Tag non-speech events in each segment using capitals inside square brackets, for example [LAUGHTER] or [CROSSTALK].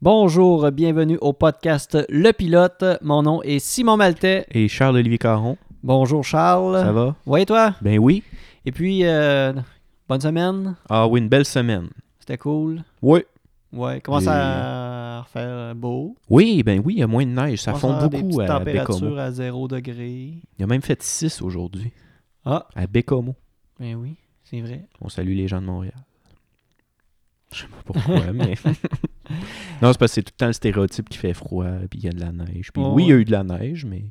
Bonjour, bienvenue au podcast Le Pilote. Mon nom est Simon Maltais. Et Charles-Olivier Caron, Bonjour Charles. ça va? Oui, toi? Ben oui. Et puis, euh, bonne semaine. Ah oui, une belle semaine. C'était cool. Oui. Ouais, commence Et- à faire euh, beau. Oui, ben oui, il y a moins de neige. Ça Commence fond à avoir des beaucoup petites à Bécomo. températures à 0 degré. Il a même fait 6 aujourd'hui Ah, à Bécomo. ben oui, c'est vrai. On salue les gens de Montréal. Je sais pas [LAUGHS] pourquoi, mais. [LAUGHS] non, c'est parce que c'est tout le temps le stéréotype qui fait froid, puis il y a de la neige. Puis Oh, oui, il y a ouais. eu de la neige, mais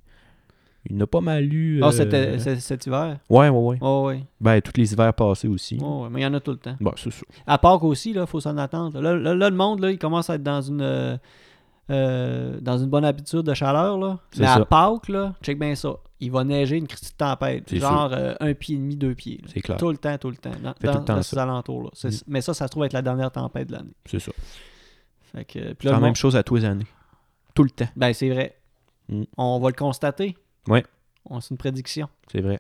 il n'a pas mal eu. Ah, euh, c'était c'est- cet hiver? Ouais, ouais, ouais. Oh, oui. Ben, tous les hivers passés aussi. Oh, oui, mais il y en a tout le temps. Bon, c'est ça. À Pâques aussi, il faut s'en attendre. Là, là- là, le monde, là, il commence à être dans une, euh, euh, dans une bonne habitude de chaleur. Là. C'est Mais à ça. Pâques, là, check bien ça. Il va neiger une crise de tempête. C'est Genre euh, un pied et demi, deux pieds. là. C'est clair. Tout le temps, tout le temps. Dans, Fait tout dans- le temps dans ça. ces alentours-là. C'est- Mm. Mais ça, ça se trouve être la dernière tempête de l'année. C'est ça. Fait que, euh, puis C'est là, la le même monde- chose à tous les années. Tout le temps. ben, c'est vrai. Mm. On va le constater. Ouais. On- C'est une prédiction. C'est vrai.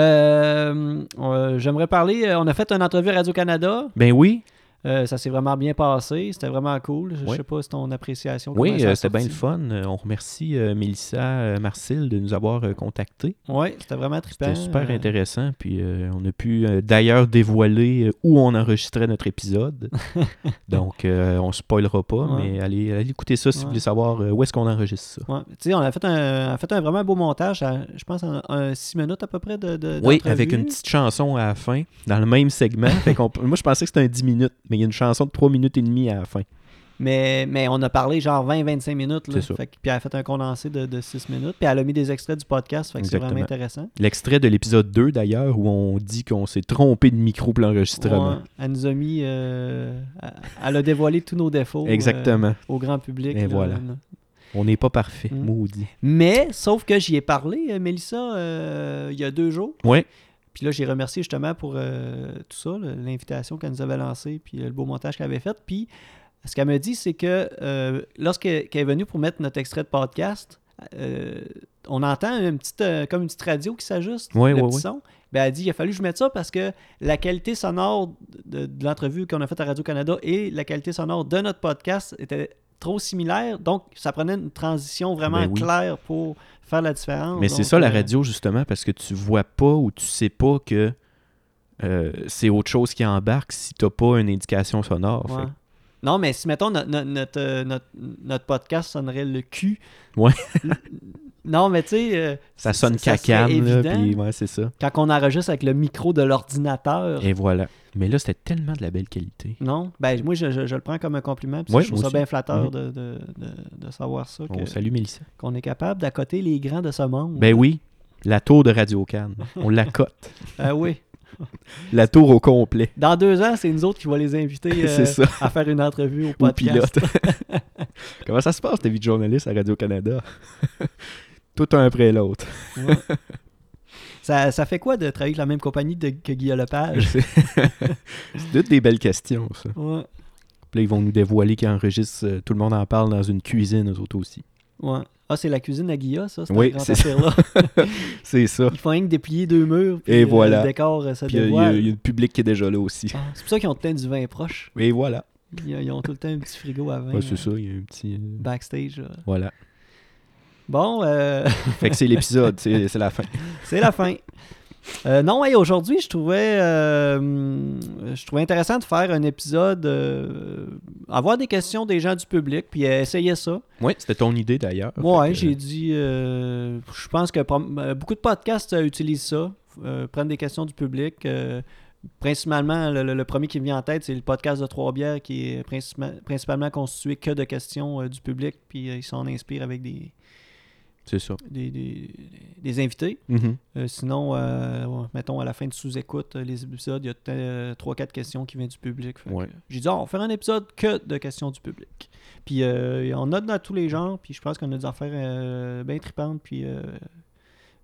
Euh, euh, J'aimerais parler. euh, On a fait une entrevue à Radio-Canada. Ben oui. Euh, ça s'est vraiment bien passé. C'était vraiment cool. Je, je Oui. sais pas si ton appréciation. Oui, comment euh, ça a c'était bien le sorti. fun. Euh, On remercie euh, Mélissa euh, Marcil de nous avoir euh, contactés. Oui, c'était vraiment trippant. C'était super Euh, intéressant. Puis euh, on a pu euh, d'ailleurs dévoiler euh, où on enregistrait [LAUGHS] notre épisode. Donc euh, on spoilera pas, Ouais. mais allez, allez écouter ça si Ouais. vous voulez savoir euh, où est-ce qu'on enregistre ça. ouais. Tu sais, on a fait un, on a fait un vraiment beau montage, à- je pense, en 6 minutes à peu près de. de- Oui, d'entrevue. avec une petite chanson à la fin, dans le [LAUGHS] même segment. Fait qu'on peut- moi, je pensais que c'était un 10 minutes, mais il y a une chanson de 3 minutes et demie à la fin. Mais, mais on a parlé genre 20-25 minutes. là. C'est ça. Fait que- puis elle a fait un condensé de, 6 minutes. Puis elle a mis des extraits du podcast. Fait que c'est vraiment intéressant. L'extrait de l'épisode 2, d'ailleurs, où on dit qu'on s'est trompé de micro pour l'enregistrement. Ouais, elle nous a mis. euh, elle a dévoilé tous nos défauts euh, Exactement. au grand public. Et là. voilà. On n'est pas parfait, Mm. maudit. Mais, sauf que j'y ai parlé, euh, Mélissa, euh, il y a deux jours. Ouais. Puis là, j'ai remercié justement pour euh, tout ça, là, l'invitation qu'elle nous avait lancée, puis euh, le beau montage qu'elle avait fait. Puis ce qu'elle me dit, c'est que euh, lorsqu'elle qu'elle est venue pour mettre notre extrait de podcast, euh, on entend une petite, euh, comme une petite radio qui s'ajuste, Ouais, le ouais, petit ouais. son. Ben, elle dit, il a fallu que je mette ça parce que la qualité sonore de, de l'entrevue qu'on a faite à Radio-Canada et la qualité sonore de notre podcast étaient trop similaires. Donc, ça prenait une transition vraiment Ben oui. claire pour faire la différence. Mais c'est Donc, ça la euh, radio, justement, parce que tu vois pas ou tu sais pas que euh, c'est autre chose qui embarque si t'as pas une indication sonore. Ouais. Fait Non, mais si, mettons, no- no- notre, euh, notre, notre podcast sonnerait le cul. Ouais. [LAUGHS] non, mais tu sais. euh, que ça c- sonne ça cacane, serait là, évident puis ouais, c'est ça. Quand on enregistre avec le micro de l'ordinateur. Et voilà. Mais là, c'était tellement de la belle qualité. Non? Ben, moi, je, je- je le prends comme un compliment. puis Ouais, je trouve ça moi aussi. bien flatteur de, de, de- de savoir ça. On que- salue Mélissa. Qu'on est capable d'accoter les grands de ce monde. Ben oui, la tour de Radio Cannes. On [LAUGHS] la cote. Ah oui. la tour au complet. Dans deux ans, c'est nous autres qui va les inviter euh, [LAUGHS] c'est ça, à faire une entrevue au au podcast. pilote. [LAUGHS] Comment ça se passe, ta vie de journaliste à Radio-Canada? [LAUGHS] Tout un après l'autre. Ouais. ça, ça fait quoi de travailler avec la même compagnie de- que Guillaume Lepage? c'est [LAUGHS] c'est toutes des belles questions, ça. Ouais. Puis là, ils vont nous dévoiler qu'ils enregistrent euh, Tout le monde en parle dans une cuisine, eux autres aussi. Ouais. Ah, c'est la cuisine à Guilla, ça, cette Oui, grande c'est affaire-là. C'est ça. Ils font rien que déplier deux murs. puis, Et euh, voilà. Le décor euh, se Puis euh, il y, a- dévoile. il y a le public qui est déjà là aussi. Ah, c'est pour ça qu'ils ont tout le temps du vin proche. Et voilà. Ils, euh, ils ont tout le temps un petit frigo à vin. Ouais, c'est euh, ça, il y a un petit. euh, Backstage. là. [LAUGHS] Voilà. Bon, euh, Fait que c'est l'épisode, c'est c'est la fin. c'est la fin. Euh, non, et aujourd'hui, je trouvais, euh, hum, je trouvais intéressant de faire un épisode, euh, avoir des questions des gens du public, puis euh, essayer ça. Ouais, c'était ton idée d'ailleurs. Ouais, Fait que, j'ai dit. euh, je pense que prom- euh, beaucoup de podcasts euh, utilisent ça, euh, prennent des questions du public. euh, principalement, le, le- le premier qui me vient en tête, c'est le podcast de Trois Bières qui est principa- principalement constitué que de questions euh, du public, puis euh, ils s'en inspirent avec des, C'est ça. des, des- des invités. Mhm. Euh, sinon, euh, ouais, mettons à la fin de sous-écoute, euh, les épisodes, il y a peut-être, euh, trois, quatre questions qui viennent du public. Fait que, Ouais. euh, J'ai dit, Ah, on va faire un épisode que de questions du public. Puis euh, on a dans tous les genres, puis je pense qu'on a des affaires euh, bien tripantes, puis euh,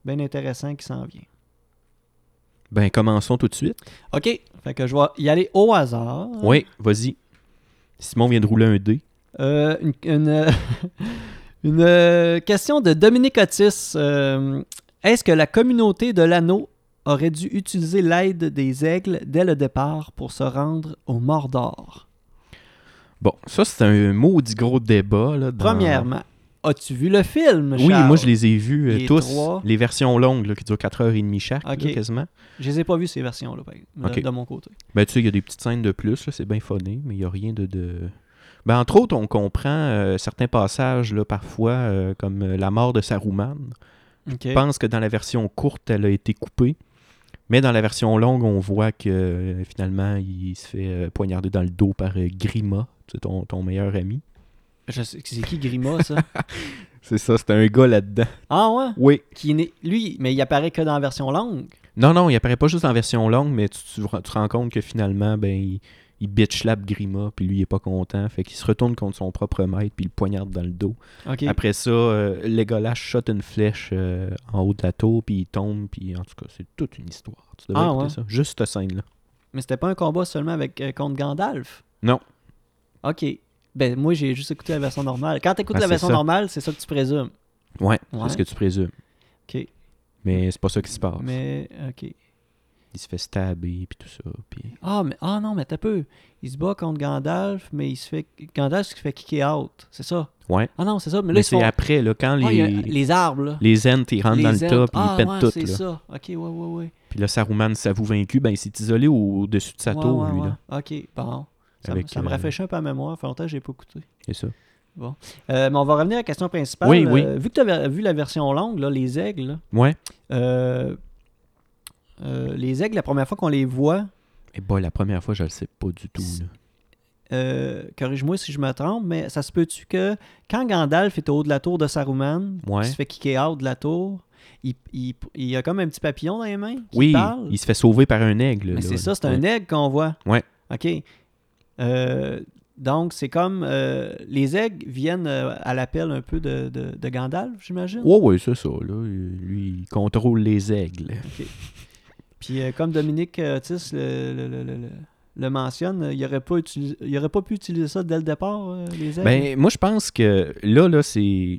bien intéressantes qui s'en viennent. Ben, commençons tout de suite. OK, fait que je vais y aller au hasard. Oui, vas-y. Simon vient de rouler un dé. Euh, [LAUGHS] une, une- une, euh, question de Dominique Otis. Euh, Est-ce que la communauté de l'anneau aurait dû utiliser l'aide des aigles dès le départ pour se rendre au Mordor? Bon, ça, c'est un maudit gros débat. Là, dans- Premièrement, as-tu vu le film, Bah. Oui, Charles? moi, je les ai vus euh, Les tous. trois. Les versions longues là, qui durent 4h30 chaque, là, Ok. quasiment. Je les ai pas vus, ces versions-là, par exemple, de- Ok. de mon côté. Ben, tu sais, il y a des petites scènes de plus, là, c'est bien funné, mais il n'y a rien de. de- Ben, entre autres, on comprend euh, certains passages, là, parfois, euh, comme euh, la mort de Saruman. Ok. Je pense que dans la version courte, elle a été coupée. Mais dans la version longue, on voit que euh, finalement, il se fait euh, poignarder dans le dos par euh, Grima, c'est ton, ton meilleur ami. Je sais- C'est qui Grima, ça? C'est ça, c'est un gars là-dedans. [LAUGHS] ah ouais? Oui. Qui est né- Lui, mais il apparaît que dans la version longue. Non, non, il apparaît pas juste en version longue, mais tu, tu, tu te rends compte que finalement, ben, il, il bitch-slap Grima, puis lui, il est pas content. Fait qu'il se retourne contre son propre maître, puis il le poignarde dans le dos. Ok. Après ça, euh, Legolas shot une flèche euh, en haut de la tour, puis il tombe, puis en tout cas, c'est toute une histoire. Tu devrais Ah, écouter ouais. ça. Juste cette scène-là. Mais c'était pas un combat seulement avec euh, contre Gandalf? Non. Ok. Ben, moi, j'ai juste écouté la version normale. Quand t'écoutes Ah, la c'est version ça. normale, c'est ça que tu présumes. Ouais, Ouais. c'est ce que tu présumes. Ok. Mais c'est pas ça qui se passe. Mais, ok. Il se fait stabber, puis tout ça. Puis... Ah, mais, ah non, mais t'as peu. Il se bat contre Gandalf, mais il se fait. Gandalf se fait kicker out. C'est ça? Ouais. Ah non, c'est ça. Mais Mais, là, ils c'est font- après, là, quand Ah, il y a- les, les arbres, là. les Ents, ils rentrent Les dans le ailes- top, ils ah, pètent ouais, tout. C'est là. ça. Ok, ouais, ouais, ouais. Puis là, Saruman s'avoue vaincu, ben il s'est isolé au- au-dessus de sa Ouais, tour, ouais, lui, ouais. là. Ok, bon. Ça, me- Avec, ça me euh, rafraîchit un peu la mémoire. Ça fait longtemps que j'ai pas écouté. C'est ça. Euh, mais on va revenir à la question principale. Oui, oui. Euh, vu que tu as vu la version longue, là, les aigles, là, Ouais. euh, euh, les aigles, la première fois qu'on les voit, Et bah la première fois, je le sais pas du tout, là. euh, corrige-moi si je me trompe, mais ça se peut-tu que quand Gandalf est au haut de la tour de Saruman, Ouais. il se fait kicker out de la tour, il, il- il a comme un petit papillon dans les mains qui Oui, parle. il se fait sauver par un aigle. Mais là. c'est ça, c'est Ouais. un aigle qu'on voit. Ouais. OK. Euh, donc, c'est comme euh, les aigles viennent euh, à l'appel un peu de, de- de Gandalf, j'imagine. Ouais, ouais, c'est ça, là. Lui, il contrôle les aigles. Puis euh, comme Dominique euh, Otis le, le- le- le- le- le mentionne, euh, il n'aurait pas, utilisé- il aurait pas pu utiliser ça dès le départ, euh, les aigles. Ben, moi, je pense que là, là, c'est.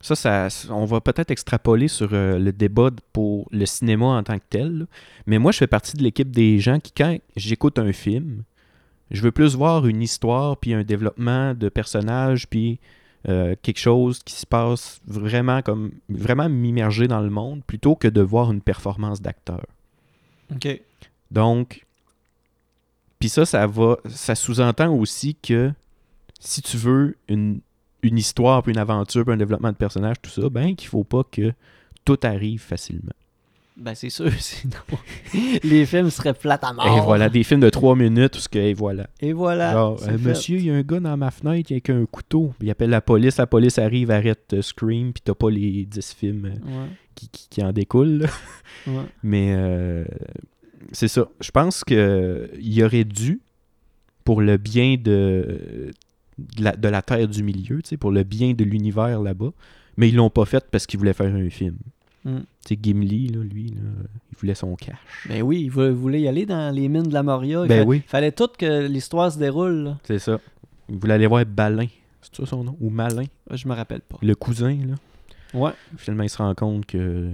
Ça, ça, on va peut-être extrapoler sur euh, le débat de- pour le cinéma en tant que tel. là. Mais moi, je fais partie de l'équipe des gens qui, quand j'écoute un film, je veux plus voir une histoire, puis un développement de personnages, puis euh, quelque chose qui se passe vraiment comme vraiment m'immerger dans le monde, plutôt que de voir une performance d'acteur. OK. Donc, puis ça, ça va, ça sous-entend aussi que si tu veux une, une histoire, puis une aventure, puis un développement de personnage, tout ça, ben qu'il faut pas que tout arrive facilement. Ben, c'est sûr, [LAUGHS] sinon les films seraient plates à mort. Et voilà, des films de trois minutes, tout ce que, et voilà. Et voilà, Genre, Ah, c'est euh, fait. monsieur, il y a un gars dans ma fenêtre avec un couteau. Il appelle la police, la police arrive, arrête, euh, scream, puis t'as pas les 10 films euh, Ouais, qui, qui- qui en découlent. là. ouais. Mais euh, c'est ça. Je pense qu'il aurait dû, pour le bien de, de, la, de la Terre du milieu, tu sais, pour le bien de l'univers là-bas, mais ils l'ont pas fait parce qu'ils voulaient faire un film. Mm. Tu sais, Gimli, là, lui, là, il voulait son cash. Ben oui, il vou- voulait y aller dans les mines de la Moria. Il Ben fa- oui. fallait tout que l'histoire se déroule. là. C'est ça. Il voulait aller voir Balin. C'est ça son nom? Ou Malin, Je me rappelle pas. le cousin, là. Ouais. Finalement, il se rend compte que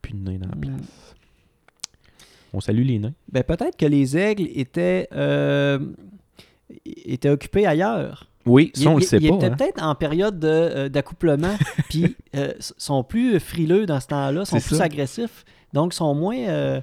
plus de nains dans la Mm. place. On salue les nains. Ben peut-être que les aigles étaient, euh, étaient occupés ailleurs. Oui, ça, Il- on le il- sait il pas. était hein. peut-être en période de, euh, [LAUGHS] d'accouplement, puis euh, s- sont plus frileux dans ce temps-là, sont C'est plus ça. agressifs, donc sont moins. euh,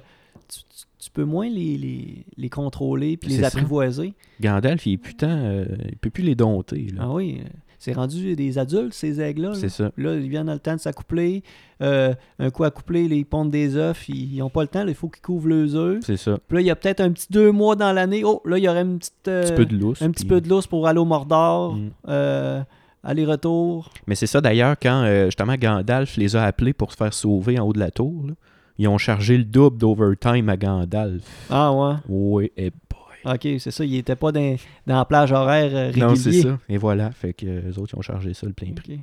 tu, tu- tu peux moins les, les, les contrôler puis les C'est ça. apprivoiser. Gandalf, il est putain, euh, il peut plus les dompter. Là. Ah oui, euh, c'est rendu des adultes ces aigles-là. Là. C'est ça. Là, ils viennent dans le temps de s'accoupler. Euh, un coup accouplé, là, ils pondent des œufs, ils n'ont pas le temps, là, il faut qu'ils couvrent leurs œufs. C'est ça. Puis là, il y a peut-être un petit deux mois dans l'année. Oh, là, il y aurait une petite, Un euh, petit peu de lousse. un petit puis- peu de lousse pour aller au Mordor, Mm. euh, aller-retour. Mais c'est ça d'ailleurs quand euh, justement Gandalf les a appelés pour se faire sauver en haut de la tour. là, Ils ont chargé le double d'overtime à Gandalf. Ah ouais. Oui, et boy. OK, c'est ça. Il était pas dans, dans la plage horaire euh, régulier. Non, c'est ça. Et voilà. Fait que les autres, ils ont chargé ça le plein prix. OK.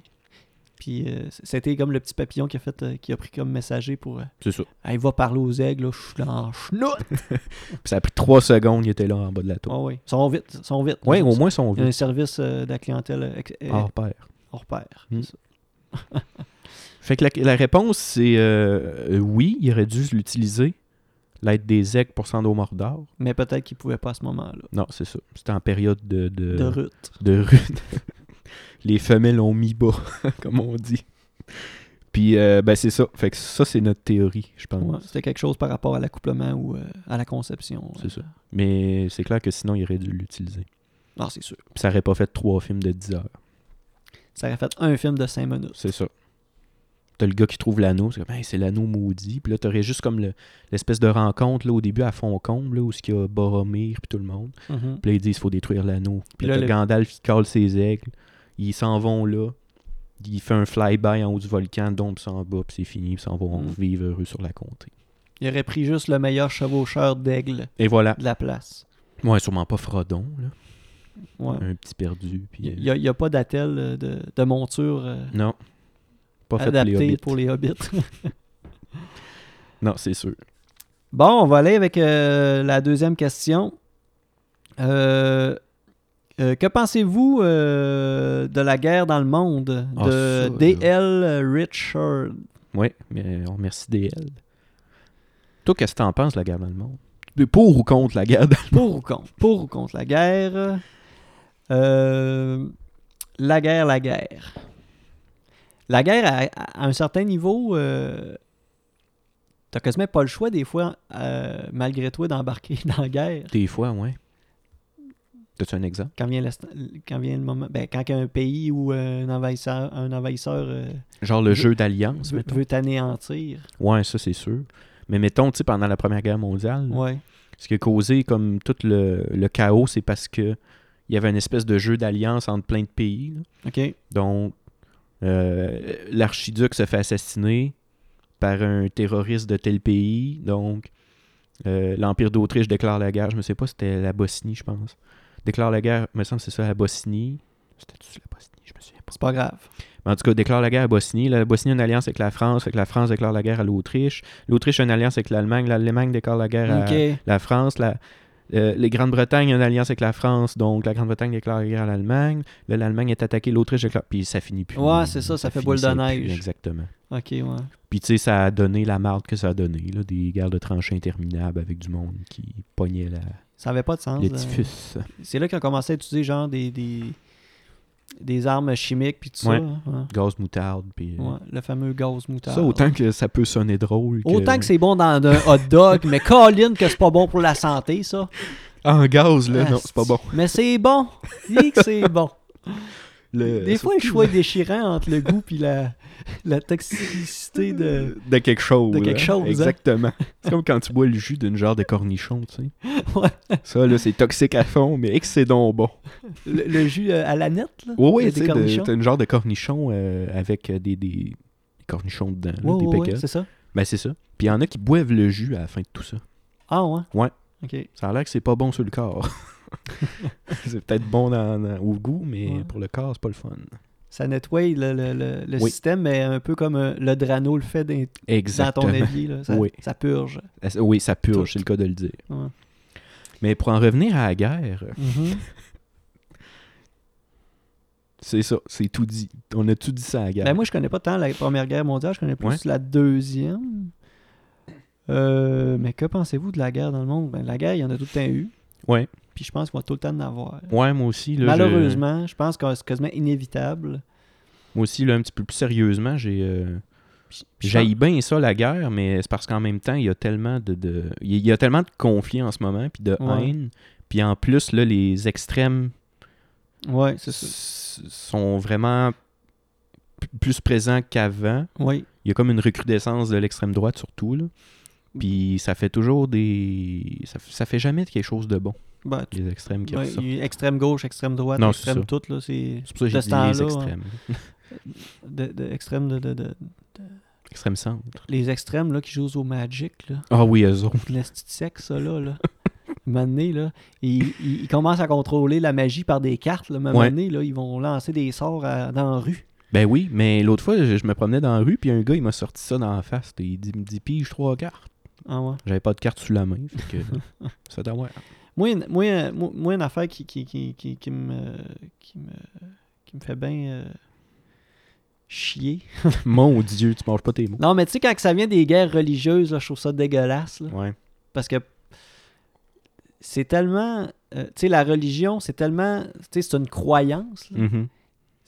Puis euh, c- c'était comme le petit papillon qui a, fait, euh, qui a pris comme messager pour... euh, C'est ça. Ah, il va parler aux aigles, là, je suis en chenoute! [LAUGHS] Puis ça a pris trois secondes, ils étaient là en bas de la tour. Ah oui, ils sont vite, ils sont vite. Oui, au moins, ils sont Il y a vus. un service euh, de la clientèle euh, ex- Oh, euh, Ah, père. hors pair. Mm. c'est ça. Fait que la, la réponse, c'est euh, euh, oui, il aurait dû l'utiliser. l'aide des aigles pour Sando Mordor. Mais peut-être qu'il pouvait pas à ce moment-là. Non, c'est ça. C'était en période de, de, De Ruth. de rude. [LAUGHS] Les femelles ont mis bas, [LAUGHS] comme on dit. Puis, euh, ben, c'est ça. Fait que ça, c'est notre théorie, je pense. Ouais, C'était quelque chose par rapport à l'accouplement ou euh, à la conception. euh. C'est ça. Mais c'est clair que sinon, il aurait dû l'utiliser. Non, Ah, c'est sûr. Puis ça aurait pas fait trois films de 10 heures. Ça aurait fait un film de 5 minutes. C'est ça. T'as le gars qui trouve l'anneau, c'est comme, Hey, c'est l'anneau maudit. Puis là, t'aurais juste comme le- l'espèce de rencontre là, au début à Foncombe, là, où ce qu'il y a Boromir, puis tout le monde. Mhm. Puis là, ils disent faut détruire l'anneau. Puis Puis là, là, le- Gandalf, il colle ses aigles. Ils s'en vont là. Il fait un flyby en haut du volcan, donc s'en bas, puis c'est fini. Ils s'en vont Mm. vivre heureux sur la comté. Il aurait pris juste le meilleur chevaucheur d'aigle Et voilà. de la place. Ouais, sûrement pas Frodon, là. Ouais. Un petit perdu. Puis, euh, Il n'y euh, a, pas d'attel euh, de, de monture euh, Non. Pas fait pour les adaptée hobbits. pour les hobbits. [LAUGHS] Non, c'est sûr. Bon, on va aller avec euh, la deuxième question. Euh, euh, que pensez-vous euh, de la guerre dans le monde Ah, de ça, là. D.L. Richard? Ouais, mais on remercie DL. Toi, qu'est-ce que t'en penses, la guerre dans le monde De Pour ou contre la guerre dans Pour ou contre? Pour ou contre la guerre? Euh, la guerre, la guerre. La guerre, à, à un certain niveau, euh, t'as quasiment pas le choix des fois, euh, malgré toi, d'embarquer [LAUGHS] dans la guerre. Des fois, ouais. T'as-tu un exemple quand vient, l'instant- quand vient le moment, ben, quand il y a un pays ou euh, un envahisseur, un envahisseur euh, Genre le Je- jeu d'alliance, veut, mettons. veut t'anéantir. Ouais, ça, c'est sûr. Mais mettons, tu sais, pendant la Première Guerre mondiale, Ouais. ce qui a causé comme tout le, le chaos, c'est parce que il y avait une espèce de jeu d'alliance entre plein de pays. là. OK. Donc, euh, l'archiduc se fait assassiner par un terroriste de tel pays. Donc, euh, l'Empire d'Autriche déclare la guerre. Je ne sais pas, c'était la Bosnie, je pense. Déclare la guerre, me semble que c'est ça, la Bosnie. C'était-tu la Bosnie? Je me souviens pas. C'est pas grave. Mais en tout cas, déclare la guerre à Bosnie. La Bosnie a une alliance avec la France. Fait que la France déclare la guerre à l'Autriche. L'Autriche a une alliance avec l'Allemagne. L'Allemagne déclare la guerre à OK. la France. La, euh, les Grande-Bretagne a une alliance avec la France. Donc, la Grande-Bretagne déclare la guerre à l'Allemagne. Là, l'Allemagne est attaquée. L'Autriche déclare. Puis ça finit plus. Ouais, c'est ça, ça fait boule de finissait neige. exactement. OK, ouais. Puis, tu sais, ça a donné la marde que ça a donné. Là, des guerres de tranchées interminables avec du monde qui pognait la- Ça avait pas de sens. euh. l'édifice. C'est là qu'ils ont commencé à utiliser genre des, des, des armes chimiques puis tout Ouais. ça. hein, Gaz moutarde. Puis, euh, ouais. Ouais, Le fameux gaz moutarde. Ça, autant que ça peut sonner drôle. Autant que c'est bon dans un hot dog, mais colline que c'est pas bon pour la santé, ça. En gaz, là, non, c'est pas bon. Mais Ah, c'est bon. Dis que c'est [LAUGHS] bon. Le- Des fois, le Euh, surtout- choix est déchirant entre le goût puis la, la toxicité de. de quelque chose. de quelque hein. chose, hein. Exactement. C'est comme quand tu bois le jus d'une genre de cornichon, tu sais. [LAUGHS] Ouais. Ça, là, c'est toxique à fond, mais excédent bon. Le, le jus euh, à la nette, là. Oui, oui, Des tu sais, de- cornichons. t'as une genre de cornichon euh, avec euh, des, des, des cornichons dedans, là, Ouais, des ouais, ouais, pécales. c'est ça. Ben, c'est ça. Puis il y en a qui boivent le jus à la fin de tout ça. Ah, ouais. Ouais. OK. Ça a l'air que c'est pas bon sur [LAUGHS] le corps. [LAUGHS] c'est peut-être bon dans- dans- au goût, mais Ouais. pour le corps, c'est pas le fun. Ça nettoie le, le- le- le Oui. système, mais un peu comme euh, le drano le fait dans, dans Exactement. ton évier, là. Ça, Oui. ça purge. Oui, ça Tout. purge, c'est le cas de le dire. Ouais. Mais pour en revenir à la guerre, Mm-hmm. Mhm. c'est ça, c'est tout dit. On a tout dit ça à la guerre. Ben, moi, je connais pas tant la Première Guerre mondiale, je connais plus Ouais. la Deuxième. Euh, mais que pensez-vous de la guerre dans le monde? Ben, la guerre, il y en a tout le temps eu. Ouais. Puis je pense qu'on va tout le temps en avoir. Ouais, moi aussi. Là, je- Malheureusement, je pense que c'est quasiment inévitable. moi aussi, là, un petit peu plus sérieusement, j'ai. euh, puis je j'haïs bien ça, la guerre, mais c'est parce qu'en même temps, il y a tellement de. de- Il y a tellement de conflits en ce moment, puis de Ouais. haine. Puis en plus, là, les extrêmes Ouais, c'est ça. s- sont vraiment p- plus présents qu'avant. Oui. Il y a comme une recrudescence de l'extrême droite, surtout. Là. Puis ça fait toujours des. Ça, f- ça fait jamais quelque chose de bon, Ben, tu- les extrêmes qui ben, ressortent. il y a extrême gauche, extrême droite, Non, c'est extrême tout, là, c'est C'est pour ça que de j'ai ce dit temps-là, hein. les extrêmes. de, de- extrême de, de- de- Extrême centre. les extrêmes là, qui jouent au Magic, là. Ah oui, eux autres. Le petit sexe, ça, là, là. Un moment donné, là, ils, ils- ils commencent à contrôler la magie par des cartes. Là. Un moment Ouais. donné, là, ils vont lancer des sorts à- dans la rue. Ben oui, mais l'autre fois, je, je me promenais dans la rue, puis un gars, il m'a sorti ça dans la face. puis Il dit, il me dit, pige trois cartes. Ah ouais. J'avais pas de carte sous la main, [LAUGHS] fait que ça doit avoir. Moi, une, moi, euh, moi- moi, une affaire qui, qui, qui, qui, qui me, qui, me, qui me fait bien euh, chier. Mon Dieu, tu manges pas tes mots. Non, mais tu sais, quand que ça vient des guerres religieuses, là, je trouve ça dégueulasse. là. Ouais. parce que c'est tellement. euh, tu sais, la religion, c'est tellement. Tu sais, c'est une croyance. là. Mhm.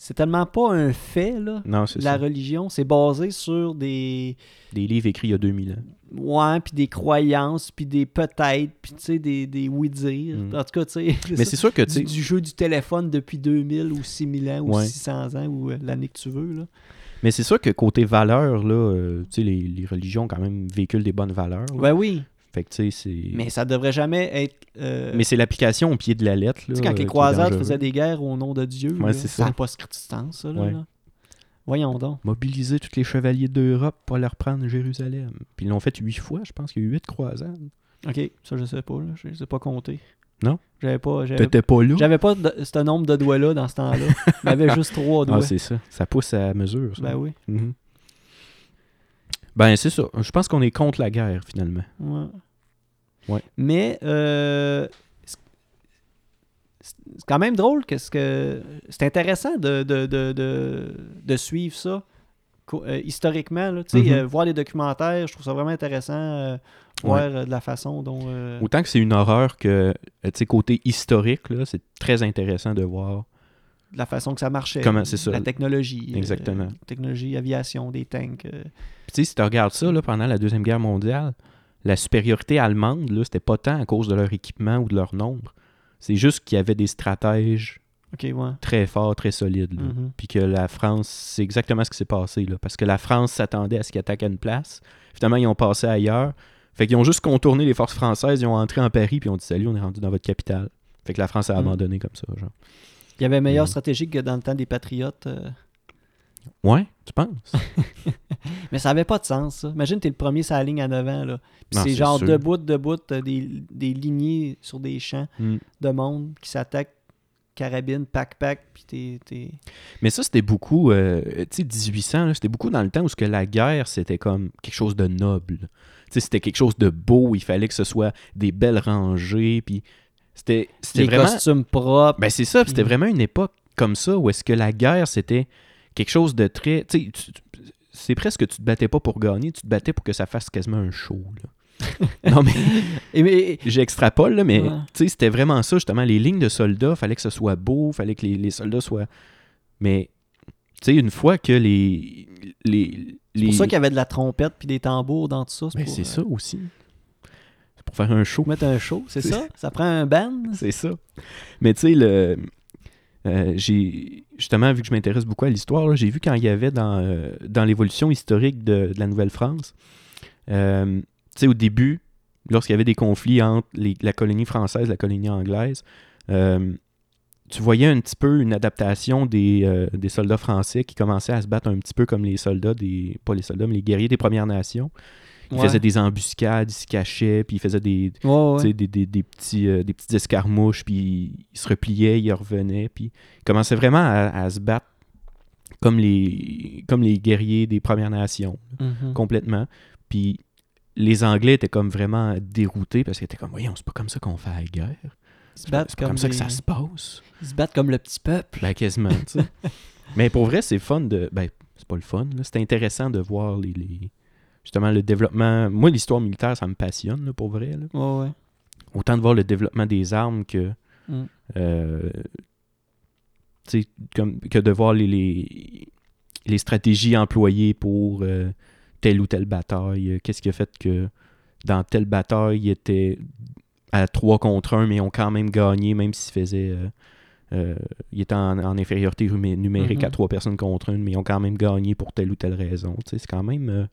C'est tellement pas un fait, là. Non, c'est La ça. religion, c'est basé sur des. Des livres écrits il y a 2000 ans. Ouais, puis des croyances, puis des peut-être, puis tu sais, des, des oui-dire. Mm. En tout cas, tu sais. [LAUGHS] Mais ça. c'est sûr que, tu Du, sais, du jeu du téléphone depuis 2000 ou 6000 ans ou Ouais. 600 ans ou euh, l'année que tu veux, là. mais c'est sûr que côté valeurs, là, euh, tu sais, les, les religions quand même véhiculent des bonnes valeurs. là. Ben oui, Fait que, tu sais, c'est... mais ça devrait jamais être. euh, Mais c'est l'application au pied de la lettre. Tu Là, sais, quand euh, qui est les croisades dangereux. faisaient des guerres au nom de Dieu, Ouais, là, c'est ça ça. n'a pas de sens, ça. Là, Ouais. là. Voyons donc. Mobiliser tous les chevaliers d'Europe pour leur prendre Jérusalem. Puis ils l'ont fait huit fois, je pense qu'il y a eu huit croisades. OK, ça, je sais pas. Là. Je les ai pas comptés. Non? J'avais pas, j'avais, T'étais pas là? j'avais pas de- ce nombre de doigts-là dans ce [LAUGHS] temps-là. J'avais juste trois doigts. Ah, c'est ça. Ça pousse à mesure. ça. ben oui. Mhm. Ben, c'est ça. Je pense qu'on est contre la guerre, finalement. Ouais. Ouais. Mais euh, c'est c'est quand même drôle que ce que c'est intéressant de, de, de, de, de suivre ça co- euh, historiquement. Là, Tu sais, Mhm. euh, voir les documentaires, je trouve ça vraiment intéressant euh, voir euh, de la façon dont. euh, Autant que c'est une horreur que, euh, tu sais, côté historique, là, c'est très intéressant de voir. de la façon que ça marchait. Comment- c'est ça. La technologie. euh, Exactement. technologie, aviation, des tanks. euh, Puis, tu sais, si tu regardes ça, là, pendant la Deuxième Guerre mondiale, la supériorité allemande, là, c'était pas tant à cause de leur équipement ou de leur nombre. C'est juste qu'il y avait des stratèges OK, ouais. très forts, très solides. là. Mhm. Puis que la France, c'est exactement ce qui s'est passé. Là, parce que la France s'attendait à ce qu'ils attaquent une place. Finalement, ils ont passé ailleurs. Fait qu'ils ont juste contourné les forces françaises, ils ont entré en Paris, puis ils ont dit Salut, on est rendu dans votre capitale. Fait que la France a Mm. abandonné comme ça. Genre. Il y avait meilleure Mhm. stratégie que dans le temps des patriotes. euh, Ouais, tu [LAUGHS] penses Mais ça avait pas de sens, ça. Imagine, t'es le premier sur la ligne à 9 ans, là. Puis Non, c'est c'est genre sûr. debout, debout, t'as des, des lignées sur des champs Mm. de monde qui s'attaquent, carabine, pack-pack, puis t'es... t'es- Mais ça, c'était beaucoup, euh, tu sais, 1800, là, c'était beaucoup dans le temps où ce que la guerre, c'était comme quelque chose de noble. Tu sais, c'était quelque chose de beau, il fallait que ce soit des belles rangées, puis c'était c'était Les vraiment... costumes propres. Ben c'est ça, puis c'était Mm. vraiment une époque comme ça où est-ce que la guerre, c'était quelque chose de très... Tu sais, tu- tu- c'est presque que tu te battais pas pour gagner, tu te battais pour que ça fasse quasiment un show, [LAUGHS] là. non, mais Et mais- j'extrapole, là, mais Ouais. tu sais, c'était vraiment ça, justement. Les lignes de soldats, fallait que ce soit beau, fallait que les, les soldats soient. Mais, tu sais, une fois que les. les, les... C'est pour ça qu'il y avait de la trompette puis des tambours dans tout ça. Ben, pour, c'est euh, ça aussi. C'est pour faire un show. pour mettre un show, c'est ça? Ça prend un band? [LAUGHS] C'est ça. Mais, tu sais, le. euh, j'ai justement vu que je m'intéresse beaucoup à l'histoire, là, j'ai vu quand il y avait dans, euh, dans l'évolution historique de, de la Nouvelle-France, euh, tu sais, au début, lorsqu'il y avait des conflits entre les- la colonie française et la colonie anglaise, euh, tu voyais un petit peu une adaptation des, euh, des soldats français qui commençaient à se battre un petit peu comme les soldats des. pas les soldats, mais les guerriers des Premières Nations. Ils Ouais. faisaient des embuscades, ils se cachaient, puis ils faisaient des, Ouais, ouais, tu sais, des, des- des petits, euh, des petites escarmouches, puis ils se repliaient, ils revenaient, puis ils commençaient vraiment à, à se battre comme les, comme les guerriers des Premières Nations, Mhm. complètement. Puis les Anglais étaient comme vraiment déroutés parce qu'ils étaient comme, voyons, c'est pas comme ça qu'on fait la guerre. Ils se C'est pas, battent c'est pas comme, comme, ça que des- ça se passe. Ils se battent comme le petit peuple. Ben, quasiment, tu sais. Mais pour vrai, c'est fun de. Ben, c'est pas le fun, là. C'est intéressant de voir les. les- Justement, le développement. Moi, l'histoire militaire, ça me passionne, là, pour vrai. là Ouais, ouais. autant de voir le développement des armes que, Mm. euh, tu sais, comme, que de voir les, les, les stratégies employées pour euh, telle ou telle bataille. Euh, Qu'est-ce qui a fait que dans telle bataille, ils étaient à 3 contre 1, mais ont quand même gagné, même s'ils faisaient. euh, euh, ils étaient en, en infériorité numé- numérique à Mhm. 3 personnes contre 1, mais ils ont quand même gagné pour telle ou telle raison. Tu sais, C'est quand même. euh,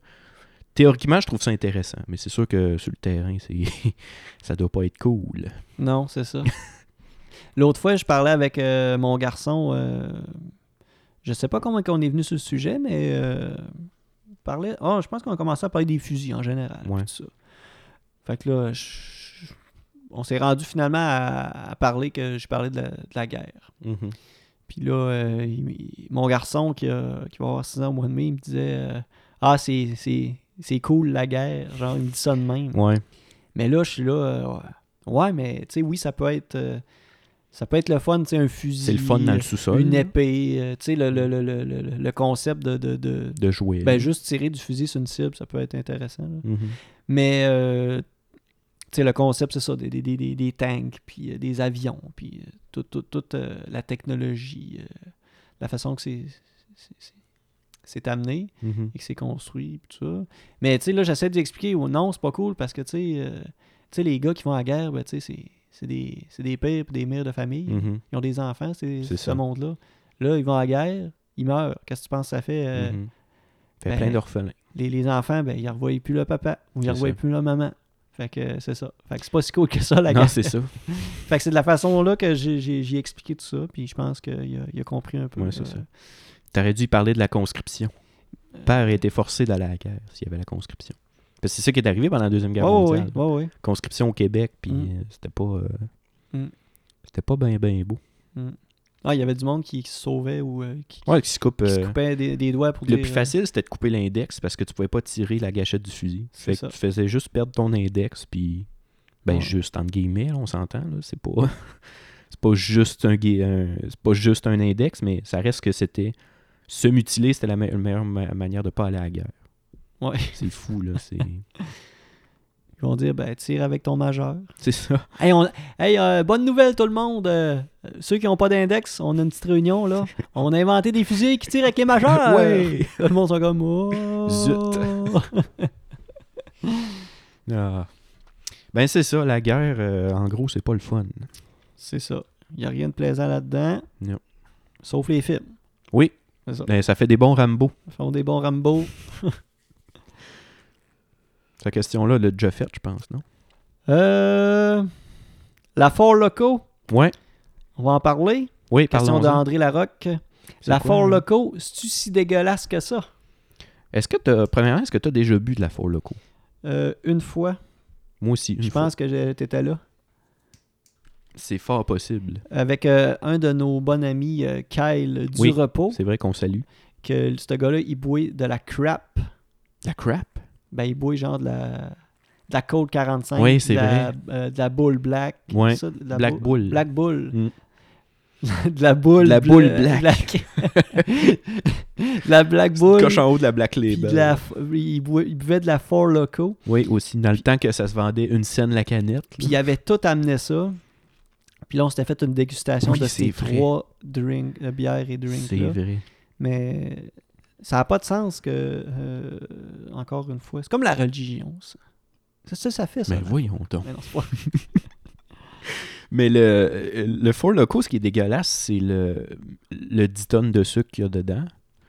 théoriquement, je trouve ça intéressant, mais c'est sûr que sur le terrain, c'est. [LAUGHS] Ça doit pas être cool. Non, c'est ça. [LAUGHS] L'autre fois, je parlais avec euh, mon garçon. euh, je sais pas comment on est venu sur le sujet, mais euh, on parlait. Oh, je pense qu'on a commencé à parler des fusils en général. Ouais. tout ça. Fait que là, je- on s'est rendu finalement à, à parler que je parlais de la, de la guerre. Puis là, euh, il- il- mon garçon qui, a- qui va avoir 6 ans au mois de mai, il me disait euh, Ah, c'est- c'est c'est cool la guerre. Genre, il me dit ça de même. Ouais. Mais là, je suis là. euh, ouais. ouais, mais tu sais, oui, ça peut être. euh, ça peut être le fun, tu sais, un fusil. C'est le fun dans le sous-sol. Une là, épée. euh, tu sais, le, le, le, le, le- le concept de. de, de- De jouer. ben, juste tirer du fusil sur une cible, ça peut être intéressant. là. Mhm. Mais. euh, tu sais, le concept, c'est ça, des, des, des, des tanks, puis euh, des avions, puis euh, tout- tout- toute euh, la technologie, euh, la façon que c'est- c'est- c'est- c'est amené Mhm. et que c'est construit, puis tout ça. Mais tu sais, là, j'essaie d'expliquer, oh, non, c'est pas cool, parce que tu sais, euh, tu sais, les gars qui vont à la guerre, ben, tu sais, c'est- c'est des, c'est des pères puis des mères de famille. Mhm. Ils ont des enfants, c'est C'est ce ça. monde-là. Là, ils vont à la guerre, ils meurent. Qu'est-ce que tu penses que ça fait? euh, Mhm. Fait ben, plein d'orphelins. les, les enfants, ben, ils ne revoient plus le papa ou ils C'est ne revoient ça. plus la maman. Fait que euh, c'est ça. Fait que c'est pas si cool que ça, la Non, guerre. c'est ça. Fait que c'est de la façon-là que j'ai- j'ai j'ai expliqué tout ça, puis je pense qu'il a, il a compris un peu. Ouais, c'est euh, ça. T'aurais dû parler de la conscription. Euh. Père était forcé d'aller à la guerre s'il y avait la conscription. Parce que c'est ça qui est arrivé pendant la Deuxième Guerre Ouais, ouais, mondiale. ouais, ouais. Conscription au Québec, puis Mm. euh, c'était pas... euh, Mm. C'était pas bien, bien beau. Ah, il y avait du monde qui, qui se sauvait ou euh, qui, Ouais, qui se coupe... qui se euh, coupait des, des doigts pour le dire, plus euh, facile, c'était de couper l'index parce que tu pouvais pas tirer la gâchette du fusil. C'est Fait que ça. tu faisais juste perdre ton index, puis... Ben, Ouais. juste, entre guillemets, là, on s'entend, là, c'est pas... [LAUGHS] c'est pas juste un, gui- un- C'est pas juste un index, mais ça reste que c'était... Se mutiler, c'était la me- meilleure ma- manière de pas aller à la guerre. Ouais. [LAUGHS] C'est fou, là, c'est... Ils vont dire, ben, tire avec ton majeur. C'est ça. Hey, on- hey, euh, bonne nouvelle tout le monde. euh, ceux qui n'ont pas d'index, on a une petite réunion [LAUGHS] là. On a inventé des fusils qui tirent avec les majeurs. [LAUGHS] [LAUGHS] Ouais. Tout le monde sont comme oh. Zut. Ah. Ben c'est ça, la guerre, euh, en gros, c'est pas le fun. [LAUGHS] C'est ça. Il n'y a rien de plaisant là-dedans. Non. Sauf les films. Oui. C'est ça. Ben, ça fait des bons Rambo. Ils font des bons Rambo. Cette question-là, le déjà faite, je pense, non? Euh, la Fort Loco, Ouais. on va en parler. Oui, Question parlons-en. d'André Larocque. C'est La quoi, Fort hein? Loco, c'est-tu si dégueulasse que ça? Est-ce que t'as, premièrement, est-ce que t'as déjà bu de la Four Loco? Euh, une fois, Moi aussi, une je fois. pense que j'ai- t'étais là. C'est fort possible. avec euh, un de nos bons amis, euh, Kyle du Oui. repos, C'est vrai qu'on salue. que ce gars-là, il bouait de la crap. La crap? Ben, il bouait genre de la, de la Cold 45. Oui, c'est de la- vrai. euh, de la boule black. Ouais. ça, de la Black boule- Bull. Black bull. Mm. [LAUGHS] de la boule. De la bla- boule black. de la black [LAUGHS] bull. Coche en haut de la Black puis Label. de la, il, bouait- il buvait de la Four Loco. Oui, aussi, dans le temps que ça se vendait une scène la canette. Puis là. il avait tout amené ça. Puis là, on s'était fait une dégustation Oui, de c'est ces vrai. trois drinks, euh, bières et drinks. C'est là. vrai. Mais ça n'a pas de sens que, euh, encore une fois, c'est comme la religion, ça. Ça, ça, ça fait ça. Mais là. voyons donc. Mais non, c'est pas- Mais le, le Four Loco, ce qui est dégueulasse, c'est le, le 10 tonnes de sucre qu'il y a dedans.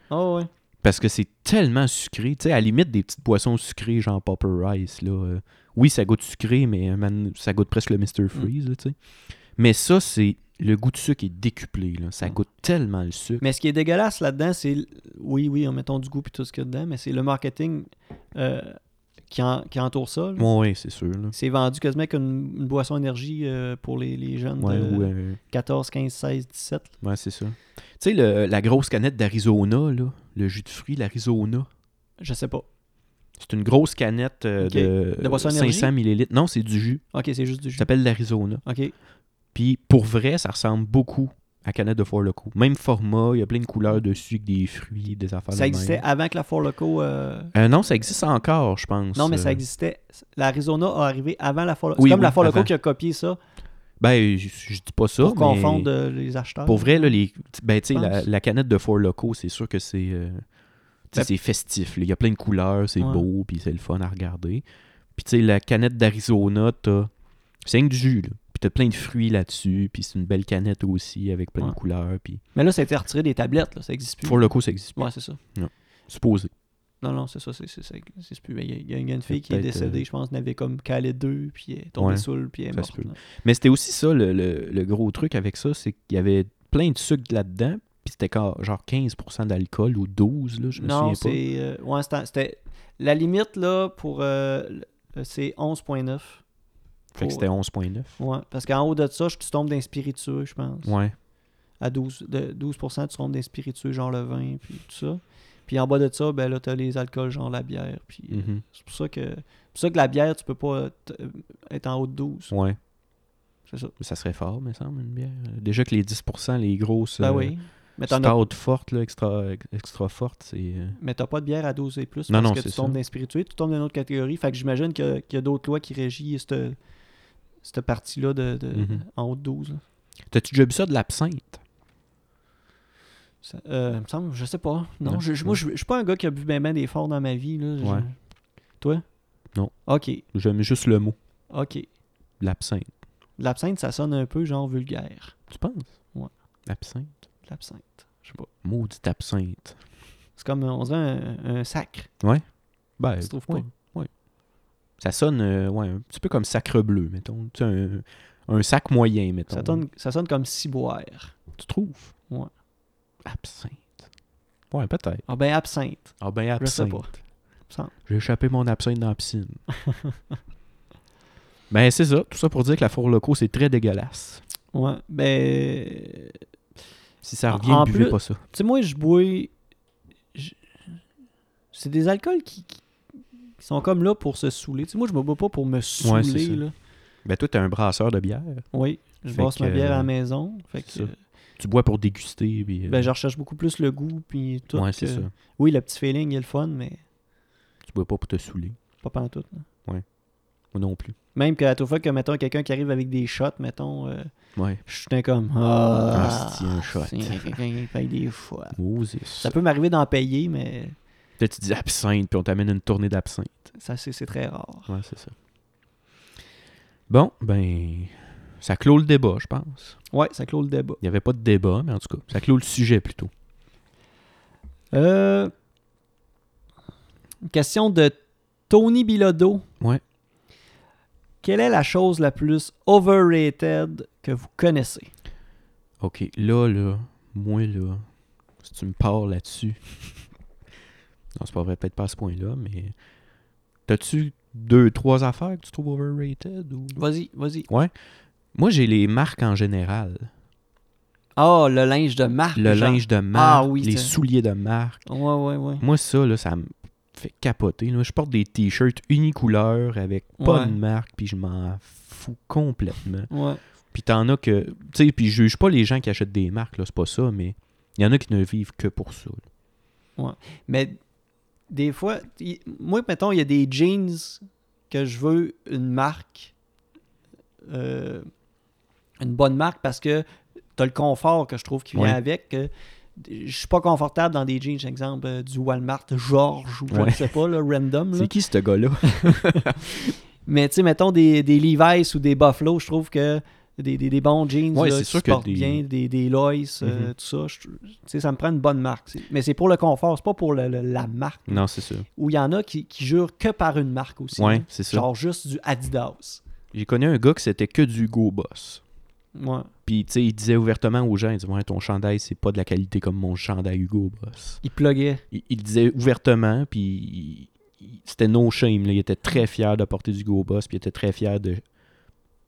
Ah ouais. Parce que c'est tellement sucré. Tu sais, à la limite, des petites boissons sucrées, genre Popper Rice, là. euh, oui, ça goûte sucré, mais euh, man, ça goûte presque le Mm. Mr. Freeze, là, tu sais. Mais ça, c'est. Le goût de sucre est décuplé, là. Ça Mm. goûte tellement le sucre. Mais ce qui est dégueulasse là-dedans, c'est. l- Oui, oui, en mettant du goût et tout ce qu'il y a dedans, mais c'est le marketing euh, qui, en- qui entoure ça. là. Ouais, ouais, c'est sûr, là. C'est vendu quasiment comme une, une boisson énergie euh, pour les, les jeunes Ouais, de ou, euh, 14, 15, 16, 17. ouais, c'est ça. Tu sais, le- la grosse canette d'Arizona, là. Le jus de fruits, l'Arizona. Je sais pas. C'est une grosse canette euh, Ok. de, De boisson énergie? 500 millilitres. Non, c'est du jus. Ok, c'est juste du Ça jus. s'appelle l'Arizona. Ok. Puis pour vrai, ça ressemble beaucoup à Canette de Four Loko. Même format, il y a plein de couleurs dessus, avec des fruits, des affaires de Ça même. existait avant que la Four Loco. euh, Euh, non, ça existe encore, je pense. Non, mais ça Euh, existait. L'Arizona a arrivé avant la Four Loco. Oui, c'est comme la oui, Four Loco avant. qui a copié ça. Ben, je, je dis pas ça, pour mais confondre euh, les acheteurs. pour vrai, là, les... ben, tu sais, Je la, pense. la canette de Four Loko, c'est sûr que c'est... euh, tu sais, Ben- c'est festif. là. Il y a plein de couleurs, c'est Ouais. beau, puis c'est le fun à regarder. Puis tu sais, la canette d'Arizona, t'as... C'est rien que du jus, là. Puis t'as plein de fruits là-dessus, puis c'est une belle canette aussi, avec plein Ouais. de couleurs, puis... Mais là, ça a été retiré des tablettes, là. ça existe plus. Four Loko, ça existe, Ouais, c'est ça. supposé. Non, non, c'est ça, c'est, c'est, ça existe plus. Mais Il y, a- il y a- il y a une fille C'est qui est peut-être, euh, décédée, je pense, elle avait comme calé deux, puis elle est tombée Ouais, saoule, puis elle est ça morte. se peut. là. Mais c'était aussi ça, le, le- le gros truc avec ça, c'est qu'il y avait plein de sucre là-dedans, puis c'était ca- genre 15% d'alcool ou 12, là, je me Non, souviens c'est. euh, ouais, c'était, c'était- La limite, là, pour. euh, le- c'est 11,9. pas. Fait que c'était 11.9. Ouais, parce qu'en haut de ça, je- tu tombes d'un spiritueux, je pense. Ouais. À 12, de 12 tu tombes d'un spiritueux, genre le vin, puis tout ça. Puis en bas de ça, ben là, t'as les alcools, genre la bière, puis. euh, mhm, C'est pour ça que c'est pour ça que la bière, tu peux pas t- être en haut de 12. Ouais. C'est ça. Ça serait fort, me semble, une bière. Déjà que les 10%, les grosses. Ben euh, oui. Mais t'en as- Stout forte, là, extra, extra forte, c'est... euh, mais t'as pas de bière à 12 et plus Non, parce non, que tu c'est tombes ça. d'un spiritueux, tu tombes d'une autre catégorie. Fait que j'imagine qu'il y a- qu'il y a, d'autres lois qui régissent cette, cette partie-là de, de- Mhm. en haut de 12. là. T'as-tu déjà bu ça de l'absinthe? Ça- euh, il me semble, je sais pas. Non, Non, je, je- moi, je, je suis pas un gars qui a bu ben ben des forts dans ma vie. Là. Je- Ouais. Toi? Non. OK, J'aime juste le mot, OK. l'absinthe. L'absinthe, ça sonne un peu genre vulgaire. Tu penses? Ouais. L'absinthe? L'absinthe. Je sais pas. Maudit absinthe. C'est comme, on dirait un, un sacre. Ben, Tu trouves ouais, ouais. Ça sonne euh, ouais, un petit peu comme sacre bleu, mettons. Tu sais, un, un sac moyen, mettons. Ça, sonne- ça sonne comme ciboire. Tu trouves? Ouais. Absinthe. Ouais, peut-être. Ah ben, absinthe. Ah ben, Je sais absinthe. pas. Absinthe. J'ai échappé mon absinthe dans la piscine. [LAUGHS] ben, c'est ça. Tout ça pour dire que la four loco, c'est très dégueulasse. Ouais. Ben, euh, Si ça En- revient, en buvez plus- pas ça. tu sais, moi, je bois. je- C'est des alcools qui, qui- qui sont comme là pour se saouler. Tu sais, moi, je me bois pas pour me saouler. c'est ça. là. Ben, toi, t'es un brasseur de bière. Oui, je Fait brasse ma que- euh, bière à la maison. Fait que, C'est ça. Tu bois pour déguster. Puis, euh, ben, je recherche beaucoup plus le goût. Puis tout. ouais, c'est que- ça. Oui, le petit feeling est le fun, mais Tu bois pas pour te saouler. pas pantoute. là. Moi non plus. Même qu'à toute fois que, mettons, quelqu'un qui arrive avec des shots, mettons, euh, Ouais. je suis comme. Ah, Ah, c'est un shot. c'est quelqu'un qui fait des fois. Moses. Ça peut m'arriver d'en payer, mais Peut-être tu dis absinthe, puis on t'amène une tournée d'absinthe. ça, c'est c'est très rare. Ouais, c'est ça. Bon, ben, ça clôt le débat, je pense. Ouais, ça clôt le débat. Il n'y avait pas de débat, mais en tout cas, ça clôt le sujet plutôt. Euh, une question de Tony Bilodeau. Ouais. Quelle est la chose la plus overrated que vous connaissez? Ok, là, là, moi, là, si tu me parles là-dessus. [LAUGHS] non, c'est pas vrai, peut-être pas à ce point-là, mais. T'as-tu deux, trois affaires que tu trouves overrated ou. Vas-y, vas-y. Moi, j'ai les marques en général. Ah, le linge de marque. Le genre. linge de marque, Ah oui, les ça. souliers de marque. Ouais, ouais, ouais. Moi, ça, là, ça me fait capoter. là. Je porte des t-shirts unicouleurs avec pas Ouais. de marque, puis je m'en fous complètement. Ouais. Puis t'en as que... Tu sais, puis je juge pas les gens qui achètent des marques, là, c'est pas ça, mais il y en a qui ne vivent que pour ça. là. Mais des fois, il- moi, mettons, il y a des jeans que je veux une marque, euh, une bonne marque, parce que tu as le confort que je trouve qui vient Ouais. avec. que je suis pas confortable dans des jeans, exemple, euh, du Walmart, George ou je ne Ouais. sais pas, là, random. là. C'est qui, ce gars-là? Mais tu sais, mettons des, des Levi's ou des Buffalo, je trouve que des, des, des bons jeans Ouais, là, c'est qui sûr se que portent des- bien, des, des Lois, euh, Mhm. tout ça, je- tu sais, ça me prend une bonne marque. C'est- Mais c'est pour le confort, c'est pas pour le- le- la marque [LAUGHS] non, c'est ça. où il y en a qui, qui jurent que par une marque aussi. Ouais, là. [LAUGHS] c'est ça. Genre juste du Adidas. J'ai connu un gars qui c'était que du Go Boss. Ouais. Puis, tu sais, il disait ouvertement aux gens, il disait « Ouais, ton chandail, c'est pas de la qualité comme mon chandail Hugo Boss. Il pluguait. » Il il le disait ouvertement, puis il- il- c'était no shame. là. Il était très fier de porter du Go Boss, puis il était très fier de...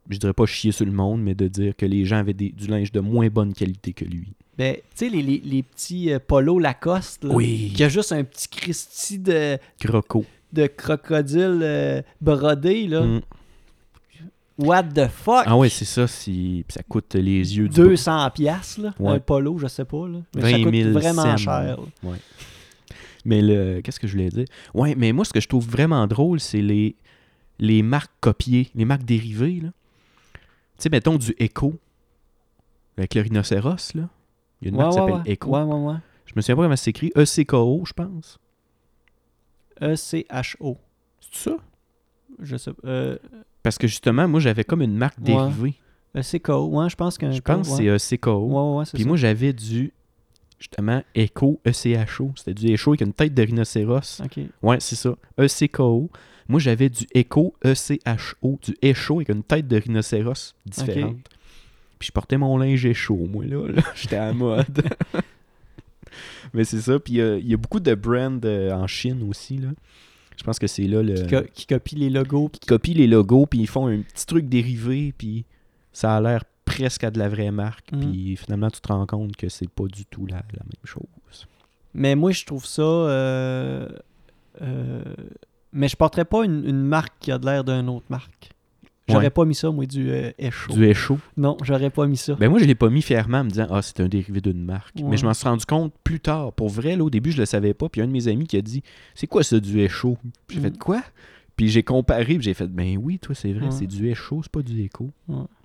Je dirais pas chier sur le monde, mais de dire que les gens avaient des- du linge de moins bonne qualité que lui. Ben, tu sais, les, les- les petits euh, polos Lacoste, là, Oui. qui a juste un petit Christie de, Croco. de crocodile euh, brodé, là. Mm. What the fuck? Ah ouais, c'est ça, si puis ça coûte les yeux du 200 piastres, là, Ouais. un polo, je sais pas, là. Mais 20 ça 000 coûte vraiment cents. cher. là. Mais le, qu'est-ce que je voulais dire? Ouais, mais moi, ce que je trouve vraiment drôle, c'est les, les marques copiées, les marques dérivées. là. Tu sais, mettons du Echo, avec le rhinocéros, là. Il y a une marque qui ouais, s'appelle ouais, ouais. Echo. Ouais, ouais, ouais. Je me souviens pas comment E c'est écrit. E-C-K-O, je pense. E E-C-H-O. C'est ça? Je sais pas. Euh, Parce que justement, moi, j'avais comme une marque Ouais. dérivée. E-C-K-O. Ouais, je pense qu'un. Je pense que ouais. c'est E E-C-K-O. Ouais, ouais, ouais, c'est Puis ça. moi, j'avais du, justement, E Echo, E-C-H-O. C'était du E Echo avec une tête de rhinocéros. Ok. Ouais, c'est ça. E ECKO. Moi, j'avais du E ECHO, E-C-H-O, du E ECHO avec une tête de rhinocéros différente. Ok. Puis je portais mon linge E écho, moi, là. là. [LAUGHS] J'étais à la mode. [LAUGHS] Mais c'est ça. Puis euh, il y a beaucoup de brands euh, en Chine aussi, là. Je pense que c'est là le... Qui, co- qui copie les logos. Ils copient les logos, puis ils font un petit truc dérivé, puis ça a l'air presque à de la vraie marque. Mm. Puis finalement, tu te rends compte que c'est pas du tout la, la même chose. Mais moi, je trouve ça. euh, euh, mais je porterais pas une, une marque qui a de l'air d'une autre marque. J'aurais Ouais. pas mis ça, moi, du euh, Echo. du écho. Non, j'aurais pas mis ça. Ben moi, je l'ai pas mis fièrement en me disant Ah, c'est un dérivé d'une marque. Ouais. Mais je m'en suis rendu compte plus tard. Pour vrai, là, au début, je le savais pas. Puis un de mes amis qui a dit C'est quoi ça du écho Puis J'ai Mm. fait quoi Puis j'ai comparé, puis j'ai fait Ben oui, toi, c'est vrai, Ouais. c'est du écho, c'est pas du écho.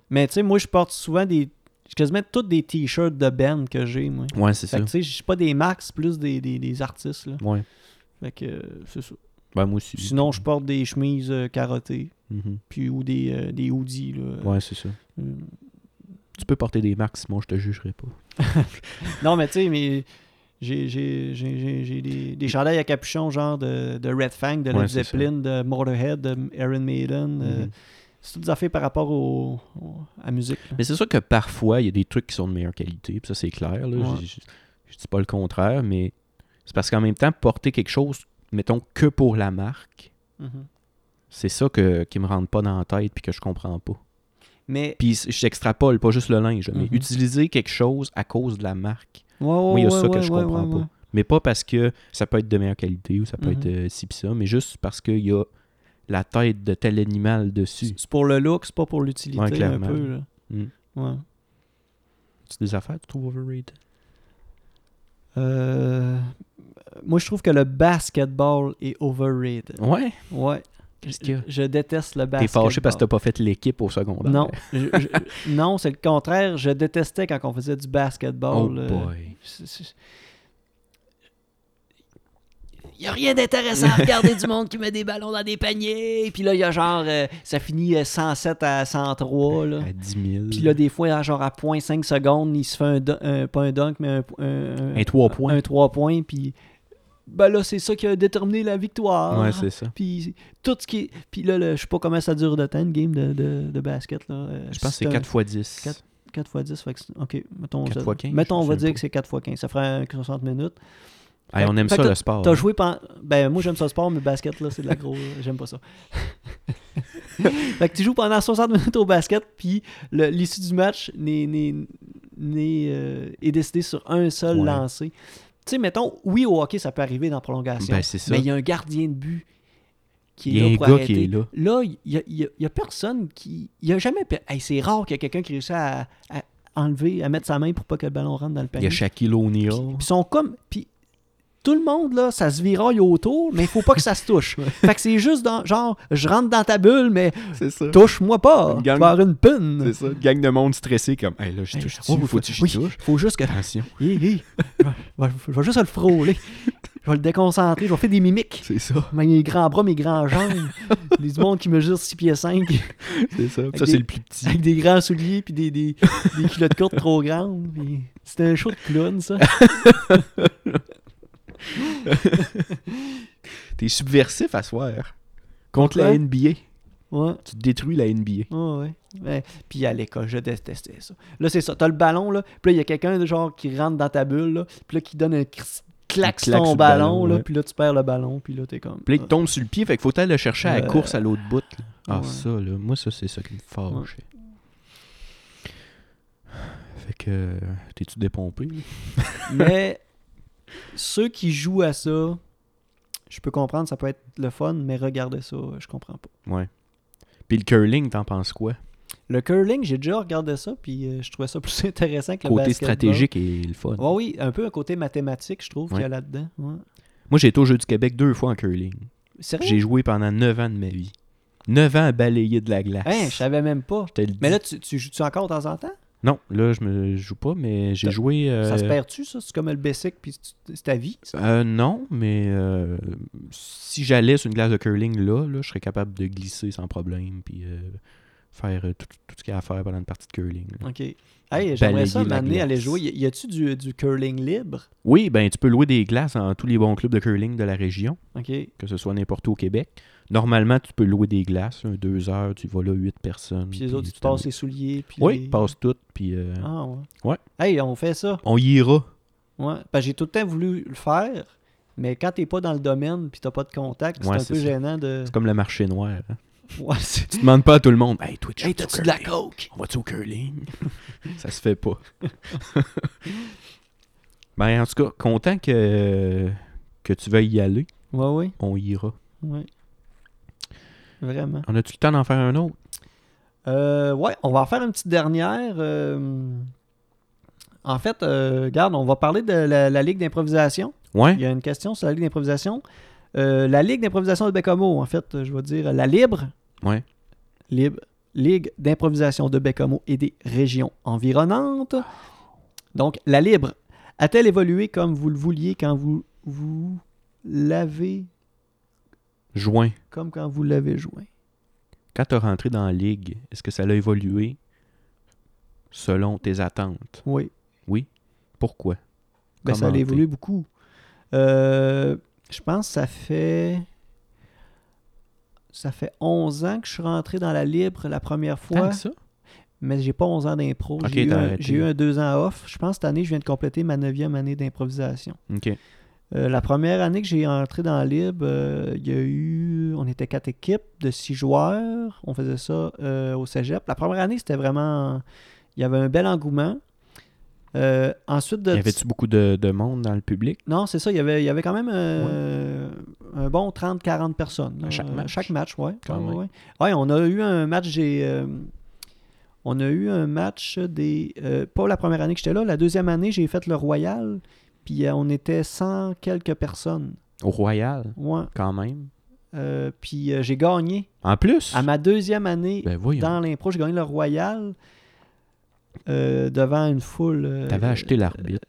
Mais tu sais, moi, je porte souvent des. quasiment tous des t-shirts de band que j'ai, moi. Ouais, c'est Fait ça. que tu sais, je suis pas des max, plus des, des, des artistes, là. Ouais. Fait que euh, c'est ça. Ben moi aussi. Sinon, je porte des chemises euh, carottées, Mhm. puis ou des, euh, des hoodies, là. Ouais, c'est ça. Euh, Tu peux porter des marques, Simon, je te jugerai pas. Non, mais tu sais, mais j'ai- j'ai j'ai- j'ai- j'ai des, des chandails à capuchon, genre de, de Red Fang, de Led Ouais, c'est ça. Zeppelin, de Motorhead, de Iron Maiden. euh, Mhm. c'est toutes des affaires par rapport au, au- à musique. là. Mais c'est sûr que parfois, il y a des trucs qui sont de meilleure qualité, puis ça, c'est clair. là. Ouais. Je, je- je dis pas le contraire, mais c'est parce qu'en même temps, porter quelque chose, mettons, que pour la marque, Mhm. c'est ça que, qui me rentre pas dans la tête puis que je comprends pas. Mais, Puis c- j'extrapole pas juste le linge, mais Mhm. utiliser quelque chose à cause de la marque, ouais, ouais, moi, il y a ça ouais, que ouais, je ouais, comprends ouais, pas. ouais. mais pas parce que ça peut être de meilleure qualité ou ça peut Mhm. être euh, ci pis ça, mais juste parce qu'il y a la tête de tel animal dessus. C'est pour le look, c'est pas pour l'utilité, Ouais, un clairement. peu. là. Mhm. Ouais. C'est des affaires, tu trouves overrated? Euh, moi, je trouve que le basketball est overrated. Ouais. Ouais. Qu'est-ce qu'il y a? Je déteste le T'es basketball. fâché parce que t'as pas fait l'équipe au secondaire. Non, je- je- non c'est le contraire. Je détestais quand on faisait du Oh basketball. euh, boy. c'est- c'est- Il n'y a rien d'intéressant à regarder du monde qui met des ballons dans des paniers. Puis là, il y a genre, euh, ça finit euh, 107 à 103. Là. À 10 000. Puis là, des fois, à genre à 0.5 secondes, il se fait un, dun- un- pas un dunk, mais un, un, Un trois points. Un 3 points. Puis ben là, c'est ça qui a déterminé la victoire. Ouais, c'est ça. Puis tout ce qui est... Puis là, le- je sais pas comment ça dure de temps, une game de, de, de basket. Là. Euh, Je pense que un- c'est 4 x 10. quatre- 4 x 10, fait que c'est- OK, mettons... Quatre ça- fois quinze, Mettons, on je va sais dire pas. que c'est 4 x 15. Ça ferait un 60 minutes. Hey, on aime Fait ça que le sport. hein. T'as joué pendant... Ben, moi, j'aime ça le sport, mais basket, là, c'est de la grosse... euh, j'aime pas ça. [LAUGHS] fait que tu joues pendant 60 minutes au basket, puis le- l'issue du match n'est, n'est- n'est, euh, est décidée sur un seul Ouais. lancé. Tu sais, mettons, oui, au hockey, ça peut arriver dans la prolongation. Ben, c'est ça. Mais il y a un gardien de but qui est Il y a là un pour gars arrêter. qui est là. Là, il n'y a, il y a- il y a personne qui. Il y a jamais. pe- Hey, c'est rare qu'il y ait quelqu'un qui réussisse à, à enlever, à mettre sa main pour pas que le ballon rentre dans le Il y panier. a Shaquille O'Neal. Puis- puis ils sont comme. Puis tout le monde, là, ça se viraille autour, mais il faut pas que ça se [LAUGHS] touche. fait que c'est juste dans, genre, je rentre dans ta bulle, mais C'est ça. touche-moi pas. Une Tu vas gang- avoir une pine. ça. Gang de monde stressé comme, hey là, je Hey, touche. oh, faut que j'y oui, touche. faut juste que. Attention. Hé, hé, je vais- je vais- je vais juste le frôler. Je vais le déconcentrer. Je vais faire des mimiques. [LAUGHS] C'est ça. Mes grands bras, mes grands jambes. des du monde qui mesure 6 pieds [LAUGHS] 5 C'est ça. Avec Ça, des- c'est le plus petit. avec des grands souliers puis des, des, des culottes courtes trop grandes. puis C'était un show de clown, ça. T'es subversif à soir. Contre Pourquoi? la NBA. Ouais. Tu détruis la NBA. ouais, ouais. Ouais. Puis à l'école, je détestais ça. Là, c'est ça. T'as le ballon, là. Puis là, il y a quelqu'un, de genre, qui rentre dans ta bulle, là. Puis là, qui donne un cr- claque sur claque sur ton ballon, le ballon, là. ouais. Puis là, tu perds le ballon. Puis là, t'es comme. Puis là, il tombe sur le pied, fait qu'il faut aller le chercher à la Euh, course à l'autre bout. là. Ah, ouais. ça, là. Moi, ça, c'est ça qui me fâche. Fait que. T'es-tu dépompé? là? ah. Mais ceux qui jouent à ça, je peux comprendre, ça peut être le fun, mais regardez ça, je comprends pas. Ouais. Puis le curling, t'en penses quoi? Le curling, j'ai déjà regardé ça, puis euh, je trouvais ça plus [LAUGHS] intéressant que le Côté basketball. Oh. stratégique et le fun. Ouais, oui, un peu un côté mathématique, je trouve, qu'il y a là-dedans. ouais. Moi, j'ai été au Jeu du Québec deux fois en curling. Sérieux? J'ai joué pendant 9 ans de ma vie. 9 ans à balayer de la glace. Hein, je savais même pas. Je te le dis. Mais là, tu, tu joues-tu encore de temps en temps? Non, là, je me je joue pas, mais j'ai Ça- joué. Ça se euh, perd-tu, ça? C'est comme le basic, puis tu- c'est ta vie? ça? euh, non, mais euh, si j'allais sur une glace de curling là, là, je serais capable de glisser sans problème, puis euh, faire euh, tout, tout ce qu'il y a à faire pendant une partie de curling. là. OK. Hey, j'aimerais ça Balayer la m'amener à aller glace. jouer. Y y a-tu du, du curling libre? Oui, ben tu peux louer des glaces dans tous les bons clubs de curling de la région, OK. que ce soit n'importe où au Québec. Normalement, tu peux louer des glaces, un, deux heures, tu vas là, huit personnes. Puis les autres, tu t'en- passes les souliers, puis... Oui, les- passe toutes, puis euh, Ah, ouais. Ouais. Hey, on fait ça. on y ira. Ouais. Parce que j'ai tout le temps voulu le faire, mais quand t'es pas dans le domaine, puis t'as pas de contact, c'est Ouais, un c'est peu ça. gênant de... C'est comme le marché noir. hein. Ouais, c'est- Tu demandes pas à tout le monde, hey, toi, tu hey, joues au t'as-tu de la curling? coke? On va-tu au curling? [LAUGHS] ça se fait pas. [LAUGHS] ben, en tout cas, content que, que tu veuilles y aller. Ouais, oui. On y ira. Ouais. Vraiment. On a-tu le temps d'en faire un autre? Euh, ouais, on va en faire une petite dernière. euh, En fait, euh, regarde, on va parler de la, la Ligue d'improvisation. Ouais. Il y a une question sur la Ligue d'improvisation. Euh, la Ligue d'improvisation de Bécamo, en fait, je vais dire la Libre. Ouais. Libre. Ligue d'improvisation de Bécamo et des régions environnantes. Donc, la Libre a-t-elle évolué comme vous le vouliez quand vous, vous l'avez Juin. comme quand vous l'avez joint? Quand tu rentré dans la ligue, est-ce que ça l'a évolué selon tes attentes? Oui. Pourquoi? Ben, ça a Commenter. évolué beaucoup. Euh, je pense que ça fait. Ça fait 11 ans que je suis rentré dans la libre la première Tant fois, que ça? mais j'ai pas 11 ans d'impro. Ok, J'ai eu t'as un- arrêté. j'ai eu, un 2 ans off. Je pense que cette année, je viens de compléter ma 9e année d'improvisation. OK. Euh, la première année que j'ai entré dans la libre, euh, il y a eu. On était quatre équipes de six joueurs. On faisait ça euh, au cégep. La première année, c'était vraiment. Il y avait un bel engouement. Euh, ensuite de Y avait-tu beaucoup de, de monde dans le public? non, c'est ça. Il y avait, il y avait quand même euh, un bon 30-40 personnes. là, À chaque euh, match. Chaque match, ouais. Quand ouais, même. ouais. Ouais, on a eu un match des. euh, on a eu un match des. euh, pas la première année que j'étais là. La deuxième année, j'ai fait le Royal. Puis euh, on était 100 quelques personnes. Au Royal, Ouais. quand même. Euh, puis euh, j'ai gagné. En plus? À ma deuxième année Ben voyons. dans l'impro, j'ai gagné le Royal euh, devant une foule. euh, T'avais acheté l'arbitre.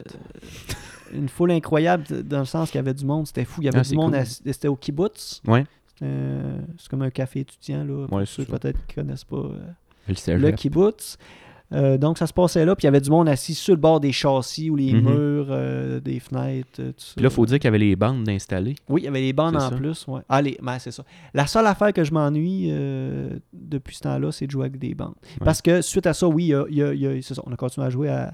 une foule incroyable d- dans le sens qu'il y avait du monde, c'était fou. Il y avait Ah, du c'est monde, cool. à- c'était au kibbutz. Ouais. Euh, c'est comme un café étudiant, là, pour Ouais, ceux c'est ça. peut-être qui connaissent pas euh, Le le cégep. kibbutz. Euh, donc, ça se passait là, puis il y avait du monde assis sur le bord des châssis ou les Mhm. murs, euh, des fenêtres, euh, tout ça. Puis là, faut dire qu'il y avait les bandes d'installer. Oui, il y avait les bandes C'est en ça. plus. Ouais. Ah, les- ben, c'est ça. La seule affaire que je m'ennuie euh, depuis ce temps-là, c'est de jouer avec des bandes. Parce que suite à ça, oui, il y a- il y a- il y a- c'est ça, on a continué à jouer à-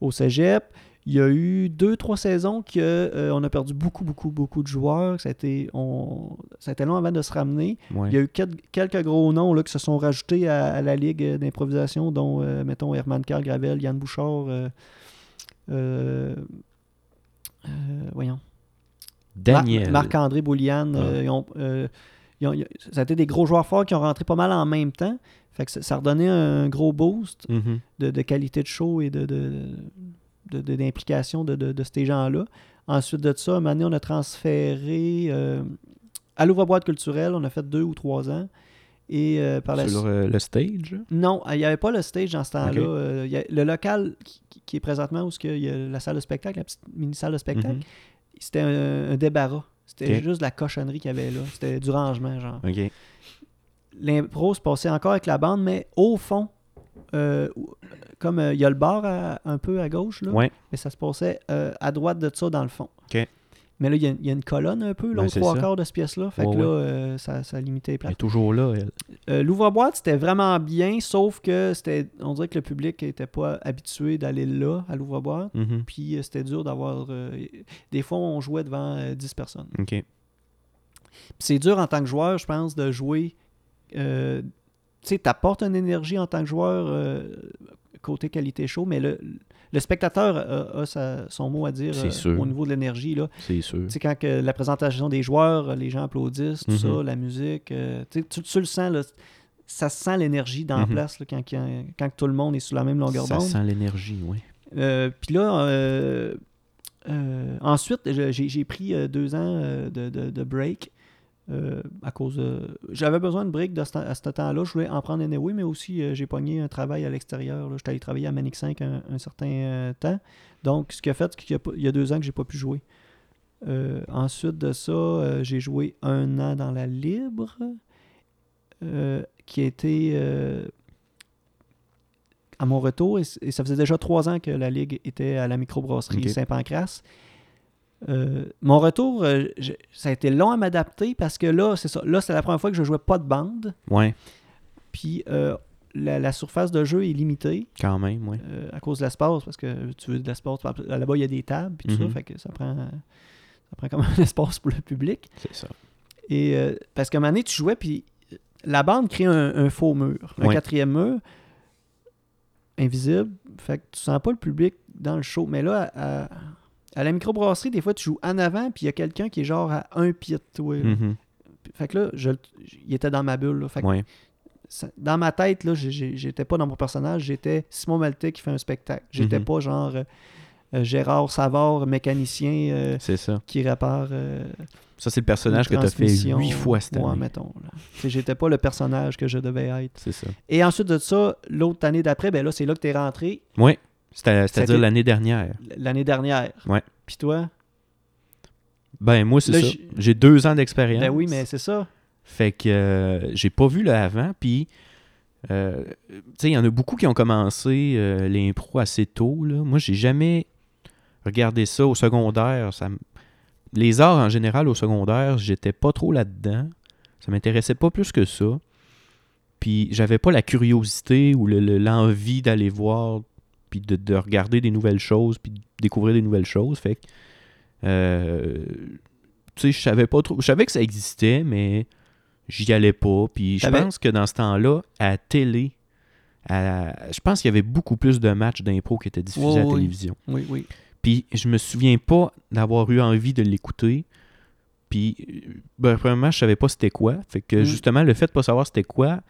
au cégep. Il y a eu deux, trois saisons qu'on a perdu beaucoup, beaucoup, beaucoup de joueurs. Ça a, été, on- ça a été long avant de se ramener. Ouais. Il y a eu quel- quelques gros noms là, qui se sont rajoutés à, à la ligue euh, d'improvisation, dont, euh, mettons, Herman Carl Gravel, Yann Bouchard. euh, euh, euh, voyons. Mar- Daniel. Ah. Marc-André Boulian. euh, Ouais. ils ont, euh, ils ont- ils ont- ça a été des gros joueurs forts qui ont rentré pas mal en même temps. Fait que ça, ça redonnait un gros boost Mhm. de, de qualité de show et de, de- de- de- d'implication de, de- de ces gens-là. Ensuite de ça, un moment donné, on a transféré euh, à l'ouvre-boîte culturelle. On a fait deux ou trois ans. Et euh, par la Sur suite. euh, le stage. là? Non, il n'y avait pas le stage dans ce temps-là. Ok. Euh, il y a- le local qui, qui- qui est présentement où ce qu'il y a la salle de spectacle, la petite mini-salle de spectacle, Mhm. c'était un, un débarras. C'était Ok. juste de la cochonnerie qu'il y avait là. C'était du rangement, genre. Mm-hmm. OK. L'impro se passait encore avec la bande, mais au fond, euh, où- comme euh, il y a le bar à- un peu à gauche, là, Ouais. mais ça se passait euh, à droite de ça, dans le fond. Ok. Mais là, il y, a une- il y a une colonne un peu, là, Ben, aux c'est trois ça. quarts de cette pièce-là. Fait que Ouais, là, ouais. euh, ça, ça limitait les Elle est places. toujours là, elle. Euh, L'ouvre-boîte, c'était vraiment bien, sauf que c'était on dirait que le public n'était pas habitué d'aller là, à l'ouvre-boîte. Mhm. Puis euh, c'était dur d'avoir. euh, des fois, on jouait devant euh, 10 personnes. OK. Puis c'est dur en tant que joueur, je pense, de jouer. euh, tu sais, t'apportes une énergie en tant que joueur euh, côté qualité chaud, mais le, le spectateur a, a sa- son mot à dire C'est euh, sûr. au niveau de l'énergie. là. C'est sûr. Tu sais, quand que la présentation des joueurs, les gens applaudissent, tout Mhm. ça, la musique, euh, tu, sais, tu- tu le sens, là, ça se sent l'énergie dans la Mhm. place là, quand, qu'il y a- quand tout le monde est sur la même longueur Ça d'onde. sent l'énergie, oui. Euh, Puis là, euh, euh, ensuite, je- j'ai j'ai pris euh, deux ans euh, de, de- de break. euh, à cause de... J'avais besoin de break de ce temps- à ce temps-là. Je voulais en prendre un oui, mais aussi euh, j'ai pogné un travail à l'extérieur. là. J'étais allé travailler à Manic 5 un, un certain euh, temps. Donc, ce qui a fait c'est qu'il y a, pas- il y a deux ans que j'ai pas pu jouer. Euh, ensuite de ça, euh, j'ai joué un an dans la libre, euh, qui a été euh, à mon retour, et, c- et ça faisait déjà trois ans que la Ligue était à la microbrasserie Ok. Saint-Pancras. Euh, mon retour, euh, j'ai- ça a été long à m'adapter parce que là, c'est ça. Là, c'est la première fois que je jouais pas de bande. Ouais, Puis euh, la, la surface de jeu est limitée quand même, ouais. euh, à cause de l'espace parce que tu veux de l'espace. par- Là-bas, il y a des tables puis tout Mhm. ça, fait que ça prend, ça prend quand même [LAUGHS] un espace pour le public. C'est ça. Et euh, parce qu'à un moment donné, tu jouais, puis euh, la bande crée un, un faux mur, un Ouais. quatrième mur, invisible. Fait que tu sens pas le public dans le show. Mais là, à, à- à la microbrasserie, des fois, tu joues en avant, puis il y a quelqu'un qui est genre à un pied de toi. là. Mhm. Fait que là, je, le- il était dans ma bulle. là. Fait que Ouais. ça- dans ma tête, là, j'ai- j'ai- j'étais pas dans mon personnage, j'étais Simon Maltais qui fait un spectacle. J'étais Mhm. pas genre euh, euh, Gérard Savard, mécanicien euh, C'est ça. qui répare. euh, Ça, c'est le personnage que une tu as fait transmission. huit fois cette Ouais, année. mettons. là. Tu sais, J'étais pas le personnage que je devais être. C'est ça. Et ensuite de ça, l'autre année d'après, ben là, c'est là que t'es rentré, Oui. C'est-à-dire C'était- l'année dernière. l- l'année dernière. Ouais. Puis toi, Ben, moi, c'est Là, ça. j'- J'ai deux ans d'expérience. ben oui, mais c'est ça. Fait que euh, j'ai pas vu le avant, puis. euh, tu sais, il y en a beaucoup qui ont commencé euh, l'impro assez tôt. Là. Moi, j'ai jamais regardé ça au secondaire. Ça m- Les arts en général au secondaire, j'étais pas trop là-dedans. Ça m'intéressait pas plus que ça. Puis j'avais pas la curiosité ou le- le- l'envie d'aller voir, puis de, de regarder des nouvelles choses, puis de découvrir des nouvelles choses. Fait que. euh, tu sais, je savais pas trop. Je savais que ça existait, mais j'y allais pas. Puis je T'avais- pense que dans ce temps-là, à la télé, à- je pense qu'il y avait beaucoup plus de matchs d'impro qui étaient diffusés Ouais, à la ouais. télévision. Oui, oui. Puis je me souviens pas d'avoir eu envie de l'écouter. Puis, euh, ben, premièrement, je savais pas c'était quoi. Fait que Mm. justement, le fait de pas savoir c'était quoi,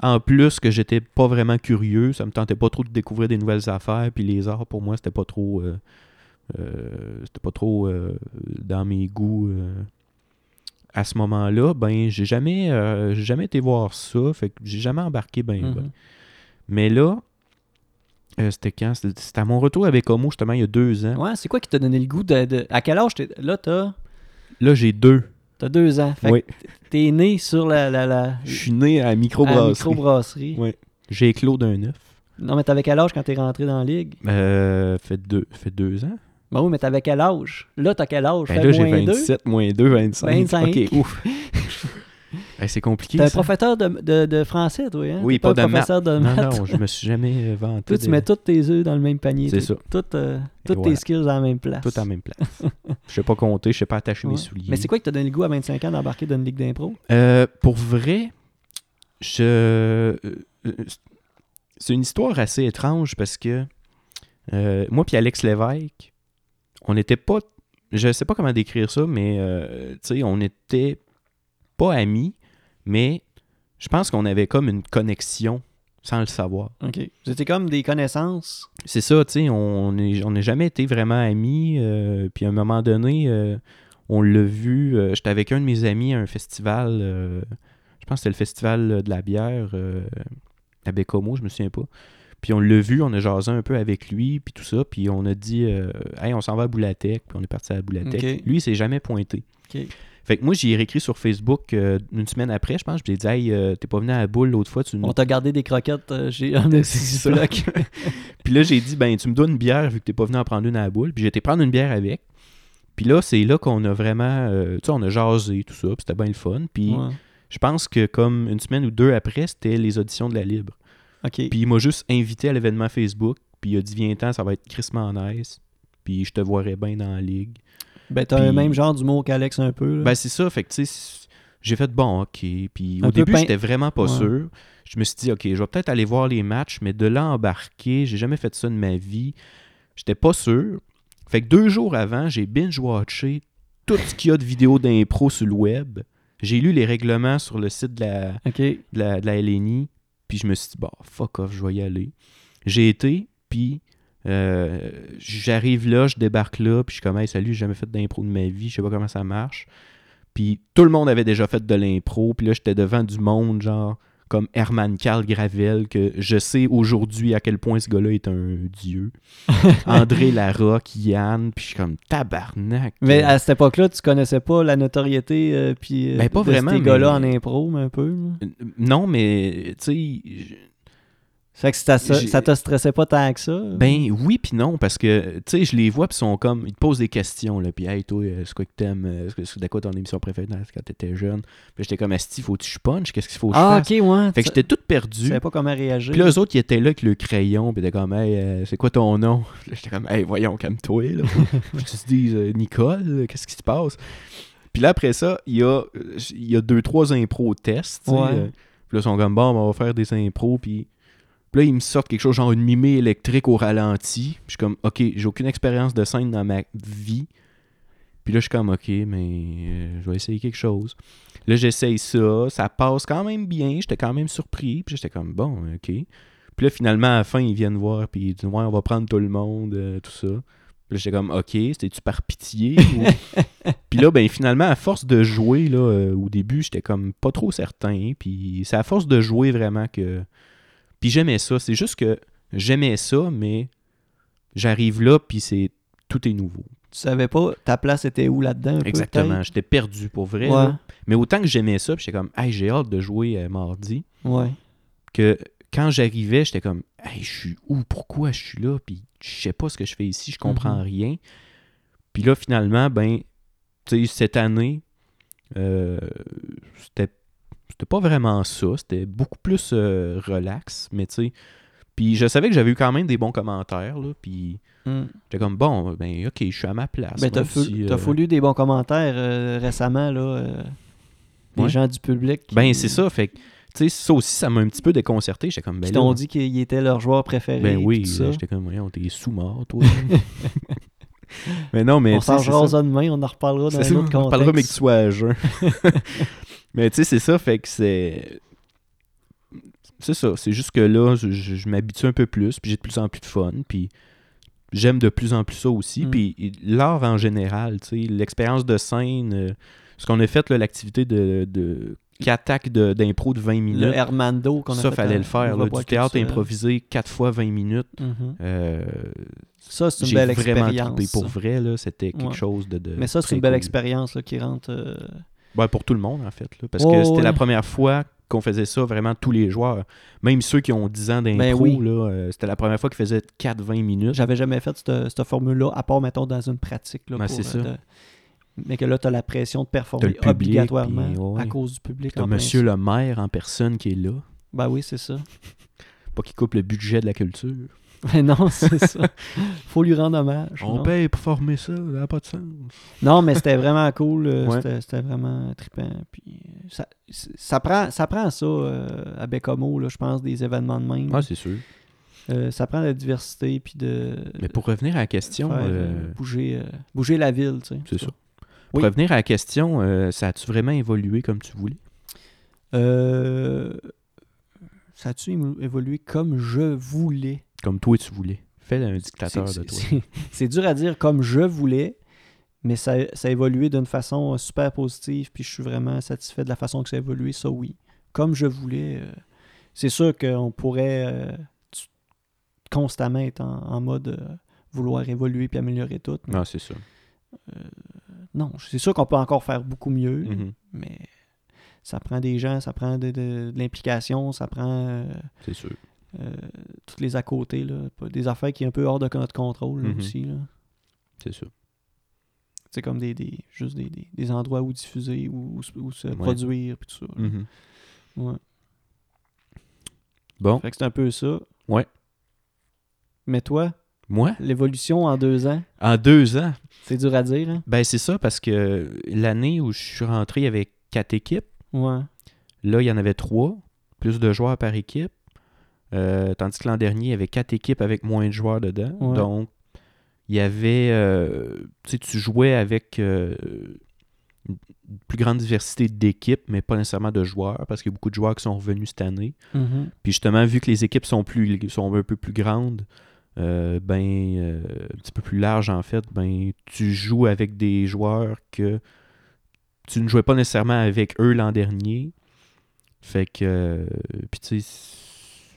en plus que j'étais pas vraiment curieux, ça me tentait pas trop de découvrir des nouvelles affaires. Puis les arts, pour moi, c'était pas trop. euh, euh, c'était pas trop euh, dans mes goûts euh, à ce moment-là. Ben, j'ai jamais, euh, j'ai jamais été voir ça. Fait que j'ai jamais embarqué ben, ben. Mhm. Mais là, euh, c'était quand C'était c'était à mon retour avec Homo, justement, il y a deux ans. Ouais, c'est quoi qui t'a donné le goût de. de- À quel âge t'es. Là, t'as. Là, j'ai deux. T'as deux ans. Fait que Oui. t'es né sur la. la, la... Je suis né à à la microbrasserie. microbrasserie. Ouais. J'ai éclos d'un neuf. Non, mais t'avais quel âge quand t'es rentré dans la ligue? Euh, fait deux, fait deux ans. Ben oui, mais t'avais quel âge? Là, t'as quel âge? Ben Fait là, j'ai moins deux. 27, moins 2, 25. 25. OK, [LAUGHS] ouf. Ben, c'est compliqué, T'es un ça. professeur de, de, de français, toi, hein? Oui, T'es pas un de maths. professeur de Non, maths. non, je me suis jamais euh, vanté. [LAUGHS] Toi, tu de- mets tous tes œufs dans le même panier. C'est Tout- ça. tout, euh, toutes voilà. tes skills à la même place. tout à la même place. Je sais pas compter, je sais pas attacher mes Ouais. souliers. Mais c'est quoi qui t'a donné le goût à 25 ans d'embarquer dans une ligue d'impro? Euh, pour vrai, je... euh, c'est une histoire assez étrange parce que euh, moi puis Alex Lévesque, on n'était pas... Je sais pas comment décrire ça, mais euh, tu sais, on n'était pas amis, mais je pense qu'on avait comme une connexion sans le savoir. OK. C'était comme des connaissances. C'est ça, tu sais, on n'est on n'a jamais été vraiment amis. euh, puis à un moment donné, euh, on l'a vu. euh, J'étais avec un de mes amis à un festival. euh, je pense que c'était le festival euh, de la bière euh, à Bécomo, je me souviens pas. Puis on l'a vu, on a jasé un peu avec lui, puis tout ça. Puis on a dit, euh, hey, on s'en va à Boulatec. Puis on est parti à Boulatec. Ok. Lui, il s'est jamais pointé. OK. Fait que moi, j'ai écrit sur Facebook euh, une semaine après, je pense. Puis j'ai dit, hey, euh, t'es pas venu à la boule l'autre fois, tu nous On t'a gardé des croquettes euh, j'ai un Mm. [LAUGHS] C'est ça. puis là, j'ai dit, ben, tu me donnes une bière vu que t'es pas venu en prendre une à la boule. Puis j'ai été prendre une bière avec. Puis là, c'est là qu'on a vraiment. euh, tu sais, on a jasé, tout ça. Puis c'était bien le fun. Puis je pense que comme une semaine ou deux après, c'était les auditions de la Libre. OK. Puis il m'a juste invité à l'événement Facebook. Puis il a dit, viens-t'en, ça va être crissement nice. Puis je te verrai bien dans la ligue. ben, t'as puis- le même genre d'humour qu'Alex un peu. là. Ben, c'est ça. Fait que, tu sais, c'est- j'ai fait bon, OK. Puis Un peu au début, peint- j'étais vraiment pas Ouais. sûr. Je me suis dit, OK, je vais peut-être aller voir les matchs, mais de là à embarquer, j'ai jamais fait ça de ma vie. J'étais pas sûr. Fait que deux jours avant, j'ai binge-watché tout ce qu'il y a de vidéos d'impro sur le web. J'ai lu les règlements sur le site de la, OK. de la, de la LNI. Puis je me suis dit, bah, fuck off, je vais y aller. J'ai été, puis euh, j'arrive là, je débarque là, puis je suis comme, hey, salut, j'ai jamais fait d'impro de ma vie, je sais pas comment ça marche. Puis tout le monde avait déjà fait de l'impro, puis là, j'étais devant du monde, genre, comme Herman Karl Gravel, que je sais aujourd'hui à quel point ce gars-là est un [LAUGHS] dieu. André Larocque, Yann, puis je suis comme, tabarnak. Mais à cette époque-là, tu connaissais pas la notoriété euh, puis euh, Ben, pas de vraiment, ces gars-là mais- en impro, mais un peu. là. Euh, Non, mais, tu sais, Ça fait que ça, ça, J'ai- ça te stressait pas tant que ça? Ben oui puis non, parce que, tu sais, je les vois, puis ils sont comme, ils te posent des questions, là, puis « Hey, toi, euh, c'est quoi que t'aimes? Euh, C'est c'est de quoi ton émission préférée dans- quand t'étais jeune? » Puis j'étais comme « Asti, faut-tu que je punch? Qu'est-ce qu'il faut que je ah, fasse? OK, ouais. Fait que tu j'étais tout tu perdu. savais pas comment réagir. Puis là, eux autres, ils étaient là avec le crayon, puis ils étaient comme « Hey, euh, c'est quoi ton nom? » Puis là, J'étais comme « Hey, voyons, calme-toi, là. » Faut [LAUGHS] que tu te dises euh, Nicole, qu'est-ce qui se passe? » Puis là, après ça, il y a, euh, il y a deux, trois impro tests, tu sais, Ouais. euh, puis là, ils sont comme, bon, on va faire des impros. Puis puis là, ils me sortent quelque chose, genre une mimée électrique au ralenti. Puis je suis comme, ok, j'ai aucune expérience de scène dans ma vie. Puis là, je suis comme, OK, mais euh, je vais essayer quelque chose. Là, j'essaye ça. Ça passe quand même bien. J'étais quand même surpris. Puis j'étais comme, bon, OK. Puis là, finalement, à la fin, ils viennent voir. Puis ils disent, ouais, on va prendre tout le monde, euh, tout ça. Puis là, j'étais comme, OK, c'était-tu par pitié? ou- puis là, ben finalement, à force de jouer, là, euh, au début, j'étais comme pas trop certain. Puis c'est à force de jouer vraiment que. Puis j'aimais ça. C'est juste que j'aimais ça, mais j'arrive là, puis c'est tout est nouveau. Tu savais pas ta place était où là-dedans? un peu, Exactement. J'étais perdu pour vrai. peut-être? Ouais. là. Mais autant que j'aimais ça, puis j'étais comme, hey, j'ai hâte de jouer euh, mardi, Ouais. que quand j'arrivais, j'étais comme, hey, je suis où, pourquoi je suis là, puis je sais pas ce que je fais ici, je comprends Mhm. rien. Puis là, finalement, ben, tu sais, cette année, euh, c'était c'était pas vraiment ça, c'était beaucoup plus euh, relax, mais tu sais, puis je savais que j'avais eu quand même des bons commentaires, là, puis Mm. j'étais comme, bon, ben, ok, je suis à ma place. Ben, t'as même fou- si, t'as euh, foulu des bons commentaires euh, récemment, là. euh, des Ouais. gens du public. qui- Ben, c'est ça, fait que, tu sais, ça aussi, ça m'a un petit peu déconcerté, j'étais comme, ben, Qui là, t'ont dit qu'il était leur joueur préféré. Ben puis oui, tout ça. là, j'étais comme, voyons, t'es sous-mort, [LAUGHS] toi. mais non, mais. on tu sais, s'en Ben, c'est jasera ça. demain, on en reparlera dans C'est un ça, autre contexte. on parlera, mais que tu sois [LAUGHS] à jeun. mais tu sais, c'est ça, fait que c'est. C'est ça, c'est juste que là, je, je- je m'habitue un peu plus, puis j'ai de plus en plus de fun, puis j'aime de plus en plus ça aussi. Mm. Puis l'art en général, tu sais, l'expérience de scène, euh, ce qu'on a fait, là, l'activité de. de qu'attaque de- d'impro de 20 Le minutes, Hermando qu'on a ça fait fallait à- le faire, au là, Revoir du théâtre culturel. improvisé 4 fois 20 minutes. Mhm. Euh, Ça, c'est une j'ai belle vraiment expérience. trippé. Pour vrai, là, c'était quelque Ouais. chose de, de Mais ça, c'est très une belle cool. expérience là, qui rentre. euh, Ouais, pour tout le monde, en fait. là, parce Ouais, que c'était ouais. la première fois qu'on faisait ça, vraiment tous les joueurs. Même ceux qui ont 10 ans d'impro, Ben oui. là, euh, c'était la première fois qu'ils faisaient 4-20 minutes. J'avais jamais fait cette, cette formule-là, à part, mettons, dans une pratique. Là, Ben, pour, c'est ça. euh, de- Mais que là, tu as la pression de performer T'as le public, obligatoirement puis ouais. à cause du public. T'as en monsieur principe. le maire en personne qui est là. Ben oui, c'est ça. [LAUGHS] Pas qu'il coupe le budget de la culture. Mais non, c'est ça. Faut lui rendre hommage. On non? paye pour former ça, ça n'a pas de sens. Non, mais c'était vraiment cool. euh, Ouais. c'était- C'était vraiment trippant. Puis euh, ça, c- ça, prend, ça prend ça euh, à Bécomo, là, je pense, des événements de même. Ouais, Ah, c'est sûr. Euh, ça prend de la diversité puis de Mais pour revenir à la question, faire, euh, euh, bouger, euh, bouger la ville. tu sais. c'est ça. Pour Oui. revenir à la question, euh, ça a-tu vraiment évolué comme tu voulais? Euh, ça a-tu émo- évolué comme je voulais? Comme toi tu voulais? Fais un dictateur C'est- de toi. c'est- C'est dur à dire comme je voulais, mais ça, ça a évolué d'une façon euh, super positive, puis je suis vraiment satisfait de la façon que ça a évolué, ça oui. Comme je voulais, euh, c'est sûr qu'on pourrait euh, tu- constamment être en, en mode euh, vouloir évoluer puis améliorer tout. mais Non, Ah, c'est ça. Non, c'est sûr qu'on peut encore faire beaucoup mieux, Mhm. mais ça prend des gens, ça prend de, de- de l'implication, ça prend... euh, C'est sûr. euh, toutes les à côté, là, pas- des affaires qui sont un peu hors de notre contrôle là, Mhm. aussi. là. C'est ça. C'est comme des, des juste des, des- des endroits où diffuser, où, où se- où se Ouais. Mhm. produire, puis tout ça. là. Ouais. Bon, Fait que c'est un peu ça. Ouais. Mais toi, moi, l'évolution en deux ans, en deux ans, c'est dur à dire, hein? ben c'est ça parce que l'année où je suis rentré, il y avait quatre équipes. Ouais. Là, il y en avait trois, plus de joueurs par équipe. Euh, tandis que l'an dernier, il y avait quatre équipes avec moins de joueurs dedans. Ouais. Donc, il y avait. euh, tu sais, tu jouais avec euh, une plus grande diversité d'équipes, mais pas nécessairement de joueurs, parce qu'il y a beaucoup de joueurs qui sont revenus cette année. Mhm. Puis justement, vu que les équipes sont plus sont un peu plus grandes, euh, ben euh, un petit peu plus larges en fait, ben tu joues avec des joueurs que tu ne jouais pas nécessairement avec eux l'an dernier. Fait que euh, puis tu sais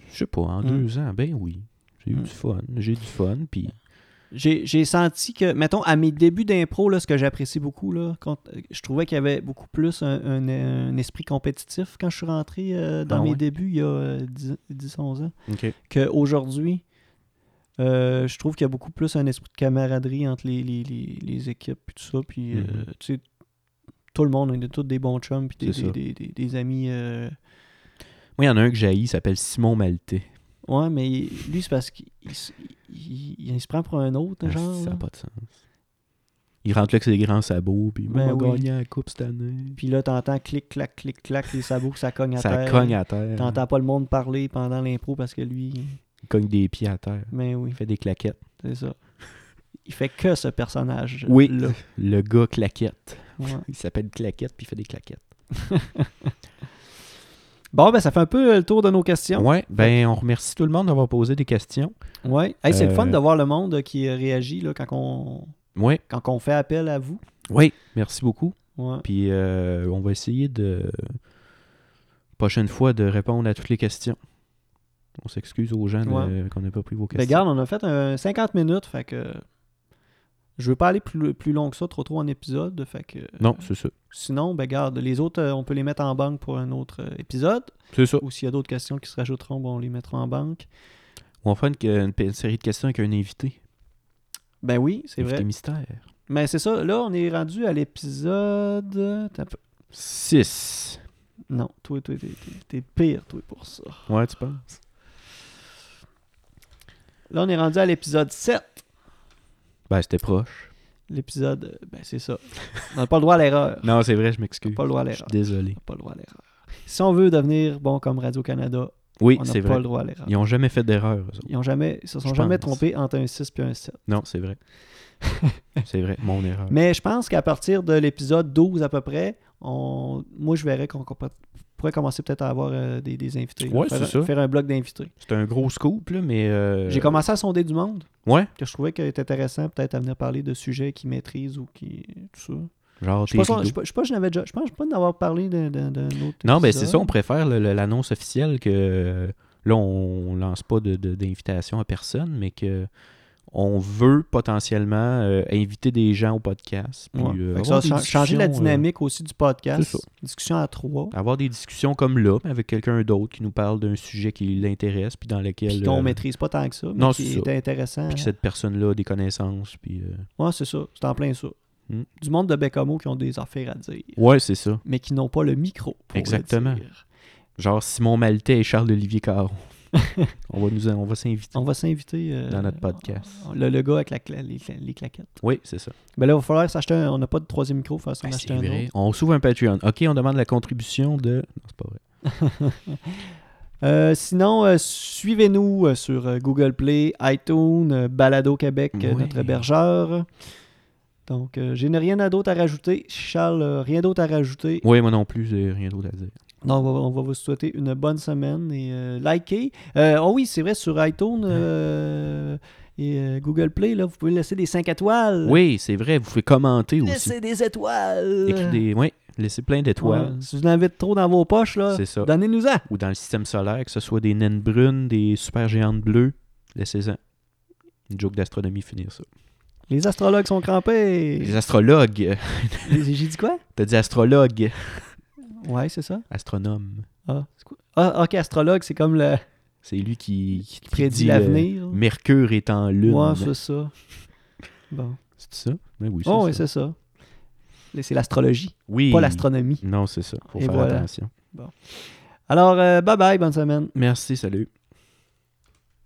je sais pas, en Mm. deux ans, ben oui. J'ai eu Mm. du fun. J'ai eu du fun. Puis J'ai j'ai senti que, mettons, à mes débuts d'impro, là, ce que j'apprécie beaucoup, là, quand, euh, je trouvais qu'il y avait beaucoup plus un, un- un esprit compétitif quand je suis rentré euh, dans Ah mes ouais? débuts il y a euh, 10-11 ans. qu'aujourd'hui, euh, je trouve qu'il y a beaucoup plus un esprit de camaraderie entre les, les, les- les équipes et tout ça. Puis, euh, Mhm. tu sais, tout le monde, on est tous des bons chums, puis des, C'est des- ça. des- des- des amis. euh, moi, il y en a un que j'ai, il s'appelle Simon Maltais. Ouais, mais il- lui, c'est parce qu'il il s- il- il- il se prend pour un autre, Ah, genre. hein? ça là. n'a pas de sens. Il rentre là avec ses grands sabots, puis moi, Ben on a oui. gagné la coupe cette année. Puis là, t'entends clic, clac, clic, clac, les sabots que ça cogne à Ça terre. cogne à terre. T'entends pas le monde parler pendant l'impro parce que lui. Il cogne des pieds à terre. Mais oui, Il fait des claquettes. c'est ça. il fait que ce personnage. Oui, Là. le gars claquette. Ouais. Il s'appelle Claquette, puis il fait des claquettes. Bon, ben ça fait un peu le tour de nos questions. Ouais, ben on remercie tout le monde d'avoir posé des questions. Ouais. Hey, c'est le fun Euh, de voir le monde qui réagit là, quand, on, Ouais, quand on fait appel à vous. oui, merci beaucoup. Ouais. Puis euh, on va essayer de prochaine fois de répondre à toutes les questions. On s'excuse aux gens de- Ouais. qu'on n'a pas pris vos Ben, questions. regarde, on a fait un 50 minutes, fait que je veux pas aller plus, plus long que ça, trop trop en épisode, fait que non, c'est ça. sinon, ben garde, les autres, euh, on peut les mettre en banque pour un autre euh, épisode, C'est ça. ou s'il y a d'autres questions qui se rajouteront, bon, on les mettra en banque. On va faire une, une- une série de questions avec un invité. Ben oui, c'est invité vrai. mystère. Mais c'est ça, là, on est rendu à l'épisode... Attends un peu. 6. Non, toi, toi, t'es- t'es- t'es pire, toi, pour ça. Ouais, tu penses? Là, on est rendu à l'épisode 7. Ben, c'était proche. L'épisode, euh, ben c'est ça. On n'a pas le droit à l'erreur. Non, c'est vrai, je m'excuse. Pas le droit à Je suis l'erreur. désolé. On n'a pas le droit à l'erreur. Si on veut devenir bon comme Radio-Canada, Oui, on n'a c'est pas vrai. le droit à l'erreur. Ils n'ont jamais fait d'erreur. eux autres. Ils ont jamais, ils se sont Je jamais pense. trompés entre un 6 et un 7. Non, c'est [LAUGHS] vrai. c'est vrai, mon erreur. Mais je pense qu'à partir de l'épisode 12 à peu près, on... moi je verrais qu'on qu'on peut- pourrait commencer peut-être à avoir euh, des, des invités. là. Ouais, faire, c'est ça. faire un bloc d'invités. C'est un gros scoop, là, mais. euh, J'ai commencé à sonder du monde, Ouais. que je trouvais qu'il était intéressant peut-être à venir parler de sujets qu'ils maîtrisent ou qui. tout ça. Genre, Je sais pas, tes si on- je rideaux. sais pas- je sais pas si je n'avais déjà. Je pense pas d'avoir parlé d'un d'un- d'un autre. Non, ben c'est épisode. ça, on préfère le- le- l'annonce officielle que euh, là, on lance pas de- de- d'invitation à personne, mais que on veut potentiellement euh, inviter des gens au podcast. puis, Ouais. euh, Fait que avoir ça, des chan- changer la discussions, euh, dynamique aussi du podcast. c'est ça. Discussion à trois. avoir des discussions comme là, mais avec quelqu'un d'autre qui nous parle d'un sujet qui l'intéresse, puis dans lequel. Puis qu'on euh, maîtrise pas tant que ça, mais non, qui c'est est ça. intéressant. puis que cette personne-là a des connaissances, puis. euh, Ouais, c'est ça. C'est en plein ça. Mm. Du monde de Bécamo qui ont des affaires à dire, Ouais, c'est ça. mais qui n'ont pas le micro. Pour le Exactement. dire. Genre Simon Maltais et [LAUGHS] Charles-Olivier Caron. on va nous on va s'inviter On va s'inviter. euh, dans notre podcast. Le, le gars avec la cla- les, les claquettes. Oui, c'est ça. Ben là, il va falloir s'acheter un. On n'a pas de troisième micro, il va falloir s'en acheter Ah, Ben, c'est Ben, un vrai. autre. On s'ouvre un Patreon. OK, on demande la contribution de. Non, c'est pas vrai. Euh, sinon, euh, suivez-nous euh, sur euh, Google Play, iTunes, euh, Balado Québec, euh, Oui. notre hébergeur. Donc, euh, je n'ai rien à d'autre à rajouter. Charles, euh, rien d'autre à rajouter. Oui, moi non plus, j'ai rien d'autre à dire. Non, on va, on va vous souhaiter une bonne semaine et euh, likez. Euh, oh oui, c'est vrai, sur iTunes euh, et euh, Google Play, là, vous pouvez laisser des 5 étoiles. Oui, c'est vrai, vous pouvez commenter aussi. Laissez des étoiles. Écrire des. Oui, laissez plein d'étoiles. Ouais, Si vous en avez trop dans vos poches, là, C'est ça. donnez-nous-en. Ou dans le système solaire, que ce soit des naines brunes, des super géantes bleues, laissez-en. Une joke d'astronomie, finir ça. Les astrologues sont crampés. Les astrologues. Les- J'ai dit quoi? T'as dit astrologue. Ouais, c'est ça. Astronome. Ah, c'est quoi? Ah, ok, astrologue, c'est comme le C'est lui qui, qui- qui prédit dit, euh, l'avenir. là. Mercure est en lune. Ouais, c'est ça. Bon. c'est ça? Ben oui, c'est Oh, ça. oui, c'est ça. Mais C'est l'astrologie, Oui. pas l'astronomie. Non, c'est ça. Faut Et faire voilà. attention. Alors, euh, bye bye, bonne semaine. Merci, salut.